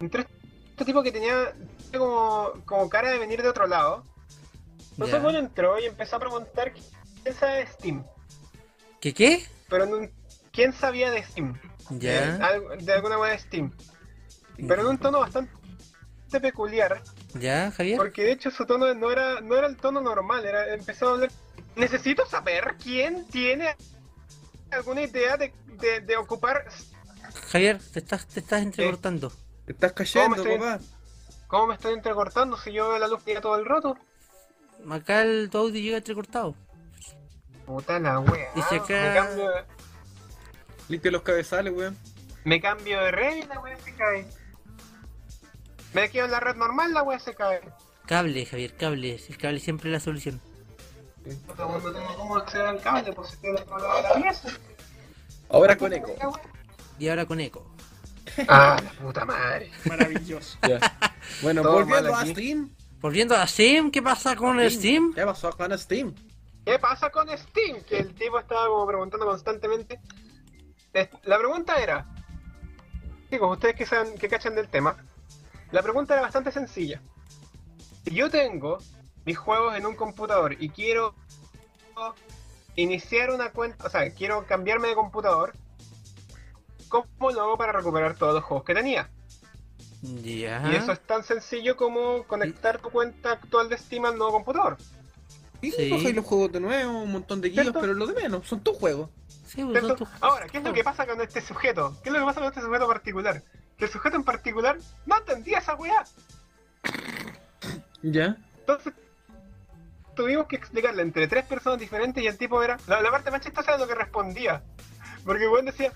[SPEAKER 4] Entró este tipo que tenía como, como cara de venir de otro lado. Entonces,
[SPEAKER 2] Ya.
[SPEAKER 4] bueno, entró y empezó a preguntar quién sabe de Steam.
[SPEAKER 2] ¿Qué qué?
[SPEAKER 4] Pero no- quién sabía de Steam. Eh,
[SPEAKER 2] Ya.
[SPEAKER 4] algo- de alguna manera de Steam. Pero en un tono bastante peculiar.
[SPEAKER 2] Ya, Javier.
[SPEAKER 4] Porque de hecho su tono no era, no era el tono normal, era empezó a hablar. Necesito saber quién tiene alguna idea de, de- de ocupar
[SPEAKER 2] Javier, te estás, te estás entrecortando.
[SPEAKER 3] Te estás
[SPEAKER 4] ¿Cómo
[SPEAKER 3] cayendo,
[SPEAKER 4] estoy?
[SPEAKER 3] papá.
[SPEAKER 4] ¿Cómo me estoy entrecortando si yo veo la luz que ya todo el rato?
[SPEAKER 2] Acá el, tu audio llega entrecortado.
[SPEAKER 4] Puta la wea.
[SPEAKER 2] Dice acá-
[SPEAKER 4] Me cambio, de-
[SPEAKER 3] Limpia los cabezales, weón.
[SPEAKER 4] me cambio de red y la wea se cae. Me quedo en la red normal, la wea se cae.
[SPEAKER 2] Cable, Javier, cable. El cable siempre es la solución.
[SPEAKER 4] Puta, cuando tengo cómo acceder al cable, pues se queda al otro lado de la pieza.
[SPEAKER 3] Ahora con eco.
[SPEAKER 4] La wea.
[SPEAKER 2] Y ahora con eco.
[SPEAKER 4] Ah, la puta madre.
[SPEAKER 5] Maravilloso.
[SPEAKER 3] Ya. Bueno,
[SPEAKER 4] Todo
[SPEAKER 3] volviendo a
[SPEAKER 4] mal aquí.
[SPEAKER 3] Steam.
[SPEAKER 2] Volviendo a Steam, ¿qué pasa con el Steam?
[SPEAKER 3] ¿Qué pasó con Steam?
[SPEAKER 4] ¿Qué pasa con Steam? Que el tipo estaba como preguntando constantemente. Es- La pregunta era. Chicos, ustedes que saben, que cachan del tema. La pregunta era bastante sencilla. Si yo tengo mis juegos en un computador y quiero iniciar una cuenta, o sea, quiero cambiarme de computador, ¿cómo lo hago para recuperar todos los juegos que tenía?
[SPEAKER 2] Ya.
[SPEAKER 4] Y eso es tan sencillo como conectar tu cuenta actual de Steam al nuevo computador.
[SPEAKER 3] Sí,
[SPEAKER 2] Sí.
[SPEAKER 3] pues hay los juegos de nuevo, un montón de guías,
[SPEAKER 4] ¿Cierto?
[SPEAKER 3] pero lo de menos, son tus juegos.
[SPEAKER 2] Sí, pues,
[SPEAKER 4] ¿Cierto?
[SPEAKER 2] son tus-
[SPEAKER 4] Ahora, ¿qué es lo que pasa con este sujeto? ¿Qué es lo que pasa con este sujeto particular? Que el sujeto en particular no entendía esa weá.
[SPEAKER 3] Ya.
[SPEAKER 4] Entonces, tuvimos que explicarle entre tres personas diferentes y el tipo era. La, la parte más chistosa era lo que respondía. Porque el weón decía.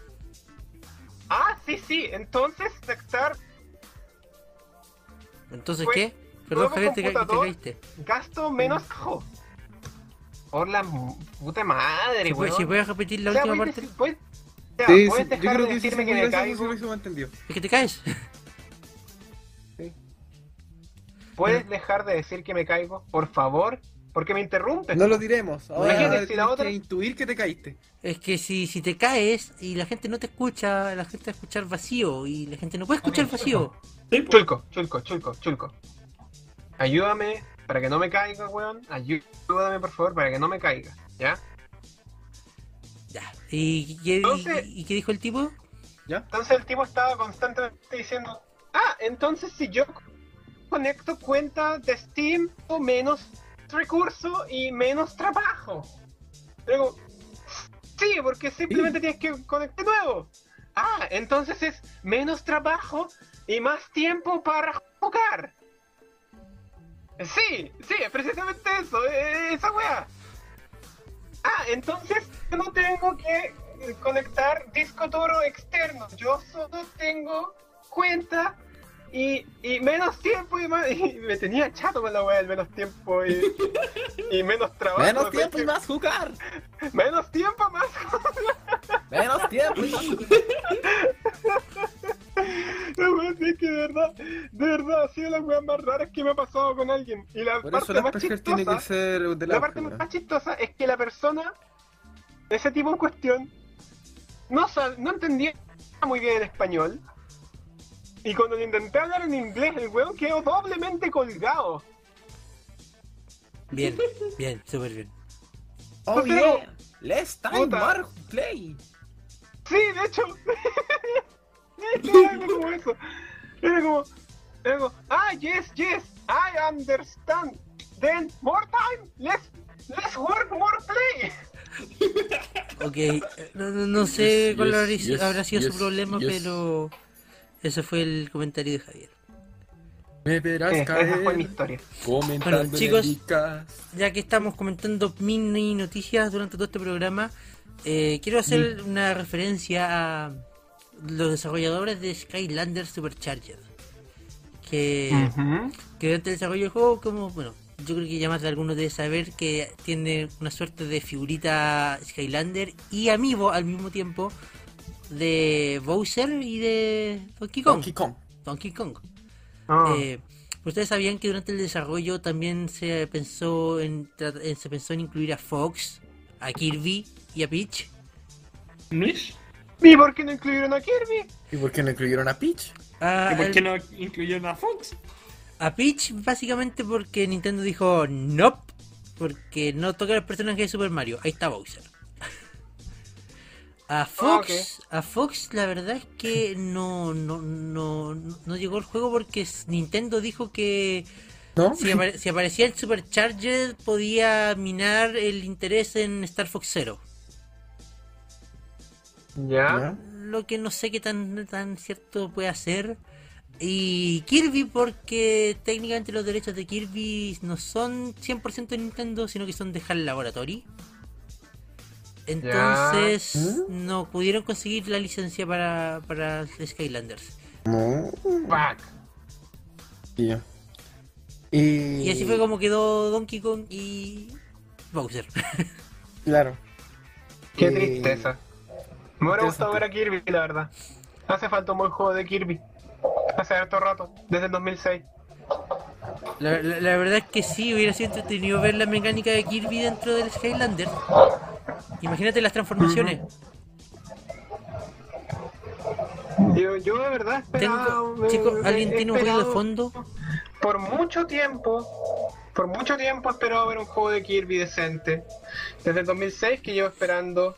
[SPEAKER 4] Ah, sí, sí. Entonces, detectar
[SPEAKER 2] Entonces,
[SPEAKER 4] Fue-
[SPEAKER 2] ¿qué? Perdón,
[SPEAKER 4] nuevo
[SPEAKER 2] Javier, te, ca- te
[SPEAKER 4] computador.
[SPEAKER 2] caíste.
[SPEAKER 4] gasto menos
[SPEAKER 2] Mm.
[SPEAKER 4] cajo. Por la mu- puta madre,
[SPEAKER 2] Si
[SPEAKER 4] weón.
[SPEAKER 2] puedes, si puedes repetir la
[SPEAKER 4] O sea,
[SPEAKER 2] última
[SPEAKER 4] puedes
[SPEAKER 2] parte,
[SPEAKER 4] dec- puedes- o sea,
[SPEAKER 3] Sí, sí,
[SPEAKER 4] puedes
[SPEAKER 3] yo
[SPEAKER 4] dejar
[SPEAKER 3] creo
[SPEAKER 4] de
[SPEAKER 3] que sí se
[SPEAKER 4] decirme que
[SPEAKER 3] puede
[SPEAKER 4] me
[SPEAKER 3] hacer, no se
[SPEAKER 4] caigo.
[SPEAKER 3] hubiese entendido.
[SPEAKER 2] es que te caes.
[SPEAKER 4] Puedes dejar de decir que me caigo, por favor, porque me interrumpes.
[SPEAKER 3] No lo diremos. Ahora
[SPEAKER 4] Imagínate, si
[SPEAKER 3] tienes
[SPEAKER 4] la otra-
[SPEAKER 3] que intuir que te caíste.
[SPEAKER 2] Es que si, si te caes y la gente no te escucha, la gente va a escuchar vacío y la gente no puede escuchar vacío.
[SPEAKER 5] Sí, po.
[SPEAKER 4] Chulco, chulco, chulco, chulco. Ayúdame para que no me caiga, weón. Ayúdame, por favor, para que no me caiga. ¿Ya?
[SPEAKER 2] Ya. ¿Y, qué-
[SPEAKER 4] Entonces-
[SPEAKER 2] y- y qué dijo el tipo?
[SPEAKER 4] Entonces el tipo estaba constantemente diciendo, ah, entonces si yo conecto cuenta de Steam, o menos recurso y menos trabajo. Luego, sí, porque simplemente tienes que conectar nuevo. Ah, entonces es menos trabajo y más tiempo para jugar. Sí, sí, precisamente eso, eh, esa weá. Ah, entonces yo no tengo que eh, conectar disco duro externo. Yo solo tengo cuenta y, y menos tiempo y más. Y me tenía chato con la weá del menos tiempo y, y menos trabajo.
[SPEAKER 3] Menos tiempo y más jugar.
[SPEAKER 4] Menos tiempo más.
[SPEAKER 3] Menos tiempo y más jugar.
[SPEAKER 4] La weá, es que de verdad, de verdad, ha sido la weá más rara que me ha pasado con alguien. Y la
[SPEAKER 3] Por eso
[SPEAKER 4] parte
[SPEAKER 3] las
[SPEAKER 4] más
[SPEAKER 3] pescas tiene
[SPEAKER 4] chistosa.
[SPEAKER 3] que ser de
[SPEAKER 4] La
[SPEAKER 3] la
[SPEAKER 4] parte más chistosa es que la persona, ese tipo en cuestión, no, sab- no entendía muy bien el español. Y cuando le intenté hablar en inglés, el weón quedó doblemente colgado.
[SPEAKER 2] Bien, bien, súper bien.
[SPEAKER 3] Oh
[SPEAKER 4] Pero-
[SPEAKER 3] yeah. Let's time
[SPEAKER 4] Puta.
[SPEAKER 3] war play.
[SPEAKER 4] Sí, de hecho. de hecho, era algo como eso. Era como, era como, ah, yes, yes, I understand. Then, more time, let's, let's work more play.
[SPEAKER 2] Ok, eh, no, no- no sé
[SPEAKER 7] Yes,
[SPEAKER 2] cuál
[SPEAKER 7] yes,
[SPEAKER 2] habrá,
[SPEAKER 7] yes,
[SPEAKER 2] habrá sido su
[SPEAKER 7] yes,
[SPEAKER 2] problema,
[SPEAKER 7] yes.
[SPEAKER 2] pero ese fue el comentario de Javier.
[SPEAKER 3] Me verás
[SPEAKER 4] Eh, esa fue mi
[SPEAKER 3] caer.
[SPEAKER 4] historia.
[SPEAKER 7] Comentando
[SPEAKER 2] Bueno, chicos.
[SPEAKER 7] en el Icast.
[SPEAKER 2] Ya que estamos comentando mini noticias durante todo este programa, eh, quiero hacer una referencia a los desarrolladores de Skylander Supercharged. Que
[SPEAKER 4] Ah.
[SPEAKER 2] que durante el desarrollo del juego, como, bueno, yo creo que ya más de algunos debe saber que tiene una suerte de figurita Skylander y amigo al mismo tiempo de Bowser y de Donkey Kong.
[SPEAKER 3] Donkey Kong.
[SPEAKER 2] Donkey Kong.
[SPEAKER 4] Ah.
[SPEAKER 2] Eh, Ustedes sabían que durante el desarrollo también se pensó en, tra- eh, se pensó en incluir a Fox, a Kirby y a Peach.
[SPEAKER 5] ¿Nish?
[SPEAKER 4] ¿Y por qué no incluyeron a Kirby?
[SPEAKER 3] ¿Y por qué no incluyeron a Peach?
[SPEAKER 2] A,
[SPEAKER 5] ¿Y por qué no incluyeron a Fox?
[SPEAKER 2] a Peach básicamente porque Nintendo dijo nope, porque no toca a los personajes de Super Mario. Ahí está Bowser.
[SPEAKER 5] Ah,
[SPEAKER 2] A Fox, a Fox la verdad es que no, no, no, no llegó el juego porque Nintendo dijo que
[SPEAKER 3] ¿No?
[SPEAKER 2] si, apare- si aparecía el Supercharger podía minar el interés en Star Fox Zero.
[SPEAKER 4] Ya.
[SPEAKER 3] ¿Ya?
[SPEAKER 2] Lo que no sé qué tan, tan cierto puede hacer. Y Kirby, porque técnicamente los derechos de Kirby no son 100% de Nintendo, sino que son de HAL Laboratory. Entonces no pudieron conseguir la licencia para, para Skylanders.
[SPEAKER 3] No.
[SPEAKER 4] Fuck.
[SPEAKER 3] Ya. Y...
[SPEAKER 2] Y así fue como quedó Donkey Kong y Bowser.
[SPEAKER 3] Claro.
[SPEAKER 4] Qué
[SPEAKER 3] Eh,
[SPEAKER 4] tristeza. Me hubiera gustado ver a
[SPEAKER 3] interesante.
[SPEAKER 4] Kirby, la verdad. Hace falta un buen juego de Kirby. Hace harto rato, desde el 2006.
[SPEAKER 2] La, la- la verdad es que sí, hubiera sido entretenido ver la mecánica de Kirby dentro del Skylander. Imagínate las transformaciones.
[SPEAKER 4] Yo, yo de verdad esperaba.
[SPEAKER 2] Tengo,
[SPEAKER 4] eh,
[SPEAKER 2] chicos, ¿alguien
[SPEAKER 4] he
[SPEAKER 2] tiene un ruido de
[SPEAKER 4] esperado-
[SPEAKER 2] fondo?
[SPEAKER 4] Por mucho tiempo, por mucho tiempo esperaba ver un juego de Kirby decente. Desde el 2006 que llevo esperando.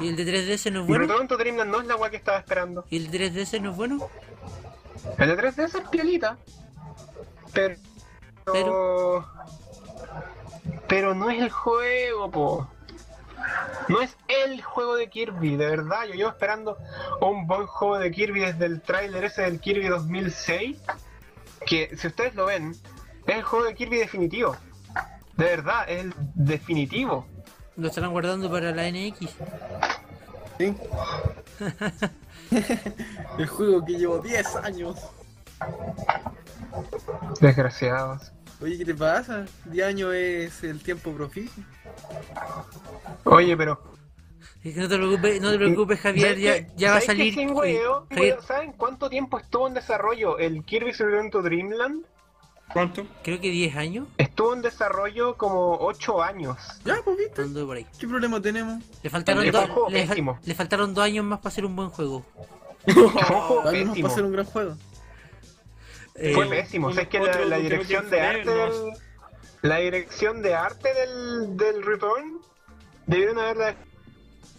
[SPEAKER 2] ¿Y el de 3DS no es
[SPEAKER 4] Bueno.
[SPEAKER 2] bueno?
[SPEAKER 4] Return to Dreamland no es la weá que estaba esperando.
[SPEAKER 2] ¿Y el de 3DS no es bueno?
[SPEAKER 4] El de 3DS es piolita. Pero. Pero. no es el juego, po. No es el juego de Kirby, de verdad. Yo llevo esperando un buen juego de Kirby desde el tráiler ese del Kirby 2006. Que, si ustedes lo ven, es el juego de Kirby definitivo. De verdad, es el definitivo.
[SPEAKER 2] Lo estarán guardando para la NX.
[SPEAKER 3] Sí. El juego que llevo 10 años.
[SPEAKER 4] Desgraciados.
[SPEAKER 3] Oye, ¿qué te pasa? 10 años es el tiempo proficio.
[SPEAKER 4] Oye, pero.
[SPEAKER 2] Es que no te preocupes,
[SPEAKER 4] Eh,
[SPEAKER 2] no te preocupes Javier,
[SPEAKER 4] ¿sabes
[SPEAKER 2] ya,
[SPEAKER 4] qué-
[SPEAKER 2] ya va a
[SPEAKER 4] sabes qué
[SPEAKER 2] salir. eh,
[SPEAKER 4] sin hueveo?
[SPEAKER 2] Javier,
[SPEAKER 4] ¿Saben cuánto tiempo estuvo en desarrollo el Kirby Return to Dreamland?
[SPEAKER 5] ¿Cuánto?
[SPEAKER 2] creo que 10 años,
[SPEAKER 4] Estuvo en desarrollo como 8 años.
[SPEAKER 3] Ya, pues viste,
[SPEAKER 2] ando por ahí.
[SPEAKER 3] ¿qué problema tenemos?
[SPEAKER 2] Le faltaron,
[SPEAKER 4] También fue un
[SPEAKER 2] dos-
[SPEAKER 4] juego
[SPEAKER 2] le, fal-
[SPEAKER 4] pésimo.
[SPEAKER 2] le faltaron dos años más para hacer un buen juego.
[SPEAKER 4] Fue un juego
[SPEAKER 3] Al menos
[SPEAKER 4] pésimo.
[SPEAKER 3] para hacer un gran juego.
[SPEAKER 2] Eh,
[SPEAKER 4] Fue pésimo. O sea, es que la,
[SPEAKER 5] Otro
[SPEAKER 4] la
[SPEAKER 5] Duke Nukem
[SPEAKER 4] dirección de arte
[SPEAKER 5] Forever,
[SPEAKER 4] del, La dirección de arte del, del Return debieron haberla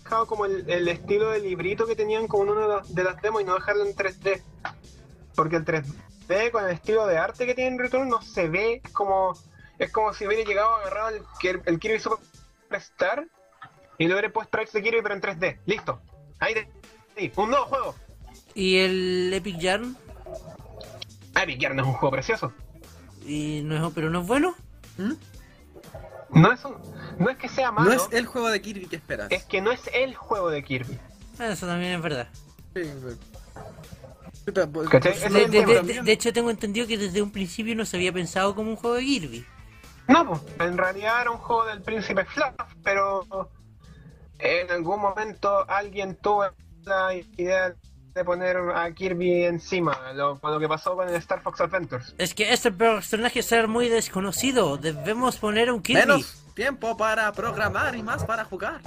[SPEAKER 4] dejado como el, el estilo de librito que tenían como en una de las, de las demos y no dejarlo en 3D. Porque el 3D con el estilo de arte que tiene en Return no se ve es como. Es como si hubiera llegado agarrado el, Kir- el Kirby Superstar y le hubiera puesto Tracks de Kirby pero en 3D. Listo. Ahí te. sí, Un nuevo juego.
[SPEAKER 2] y el Epic Yarn,
[SPEAKER 4] Epic Yarn es un juego precioso.
[SPEAKER 2] y no es- pero no es bueno.
[SPEAKER 3] ¿Mm?
[SPEAKER 4] No es, un- no es que sea malo, Eh.
[SPEAKER 3] No
[SPEAKER 4] es,
[SPEAKER 3] es el juego de Kirby que esperas.
[SPEAKER 4] que no es el juego de Kirby.
[SPEAKER 2] Ah, eso también es verdad.
[SPEAKER 3] Sí, güey. Puta, pues,
[SPEAKER 4] ¿Cachai?
[SPEAKER 3] pues,
[SPEAKER 4] Ese
[SPEAKER 2] De,
[SPEAKER 4] es el
[SPEAKER 2] de-
[SPEAKER 4] tema.
[SPEAKER 2] de- de- de hecho, tengo entendido que desde un principio no se había pensado como un juego de Kirby.
[SPEAKER 4] No, po, en realidad era un juego del príncipe Fluff, pero en algún momento alguien tuvo la idea de poner a Kirby encima, lo, con lo que pasó con el Star Fox Adventures.
[SPEAKER 2] Es que este personaje es muy desconocido. Debemos poner un Kirby.
[SPEAKER 3] menos tiempo para programar y más para jugar.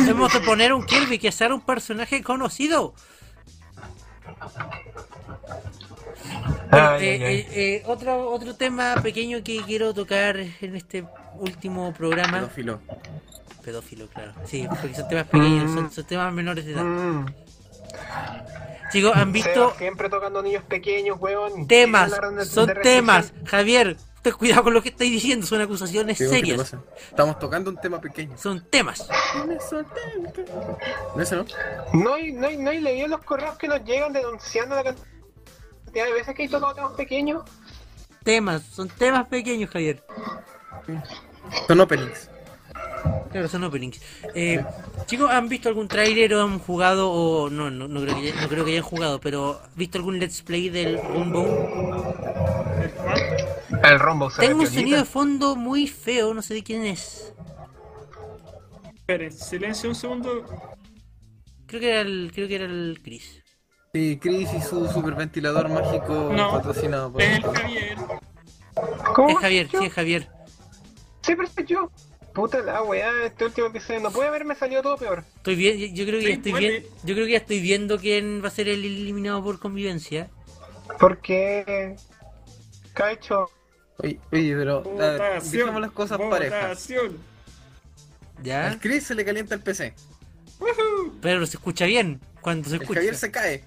[SPEAKER 2] Debemos de poner un Kirby que sea un personaje conocido.
[SPEAKER 4] Ay,
[SPEAKER 2] Eh,
[SPEAKER 4] ay, ay.
[SPEAKER 2] eh, eh, otro, otro tema pequeño que quiero tocar en este último programa.
[SPEAKER 3] Pedófilo.
[SPEAKER 2] Pedófilo, claro. Sí, porque son temas pequeños, son, son temas menores de edad.
[SPEAKER 4] Mm,
[SPEAKER 2] Chicos, ¿han
[SPEAKER 4] Seba
[SPEAKER 2] visto
[SPEAKER 4] siempre tocando niños pequeños, huevón.
[SPEAKER 2] temas?
[SPEAKER 4] Hablaron de-
[SPEAKER 2] Son
[SPEAKER 4] de restricción.
[SPEAKER 2] temas. Javier, ten cuidado con lo que estáis diciendo, son acusaciones
[SPEAKER 3] ¿Qué- qué te
[SPEAKER 2] serias.
[SPEAKER 3] pasa? Estamos tocando un tema pequeño.
[SPEAKER 2] Son temas.
[SPEAKER 3] ¿No ese no?
[SPEAKER 4] No hay, no, hay, no hay leído los correos que nos llegan denunciando la cantidad de veces que he tocado temas pequeños.
[SPEAKER 2] Temas, son temas pequeños, Javier.
[SPEAKER 3] Son openings.
[SPEAKER 2] Claro, son openings. Eh, chicos, ¿han visto algún tráiler o han jugado o no, no, no creo que ya- no creo que hayan jugado, pero ¿visto algún let's play del Rumble?
[SPEAKER 4] El rombo se ve
[SPEAKER 2] Tengo un
[SPEAKER 4] piolita.
[SPEAKER 2] sonido de fondo muy feo, no sé de quién es.
[SPEAKER 5] Esperen, silencio un segundo.
[SPEAKER 2] Creo que era el, creo que era el Chris.
[SPEAKER 3] Sí, Chris y su superventilador mágico
[SPEAKER 5] No. Eh.
[SPEAKER 3] patrocinado por.
[SPEAKER 5] Es el Javier.
[SPEAKER 4] ¿Cómo?
[SPEAKER 2] Es eh, Javier,
[SPEAKER 4] Yo-
[SPEAKER 2] sí es Javier.
[SPEAKER 4] Sí, pero soy yo. Puta la weá, este último episodio no puede haberme salido todo peor.
[SPEAKER 2] Estoy bien, yo- yo creo que ya
[SPEAKER 5] Sí,
[SPEAKER 2] estoy
[SPEAKER 5] vuelve.
[SPEAKER 2] bien, yo creo que ya estoy viendo quién va a ser el eliminado por convivencia.
[SPEAKER 4] Porque. Cacho.
[SPEAKER 3] Oye, oye, pero. a ver, dejemos las cosas parejas.
[SPEAKER 5] votación.
[SPEAKER 2] ¿Ya?
[SPEAKER 3] Al Chris se le calienta el PC.
[SPEAKER 5] Ujú.
[SPEAKER 2] Pero se escucha bien cuando se
[SPEAKER 3] El
[SPEAKER 2] escucha.
[SPEAKER 3] Javier se cae.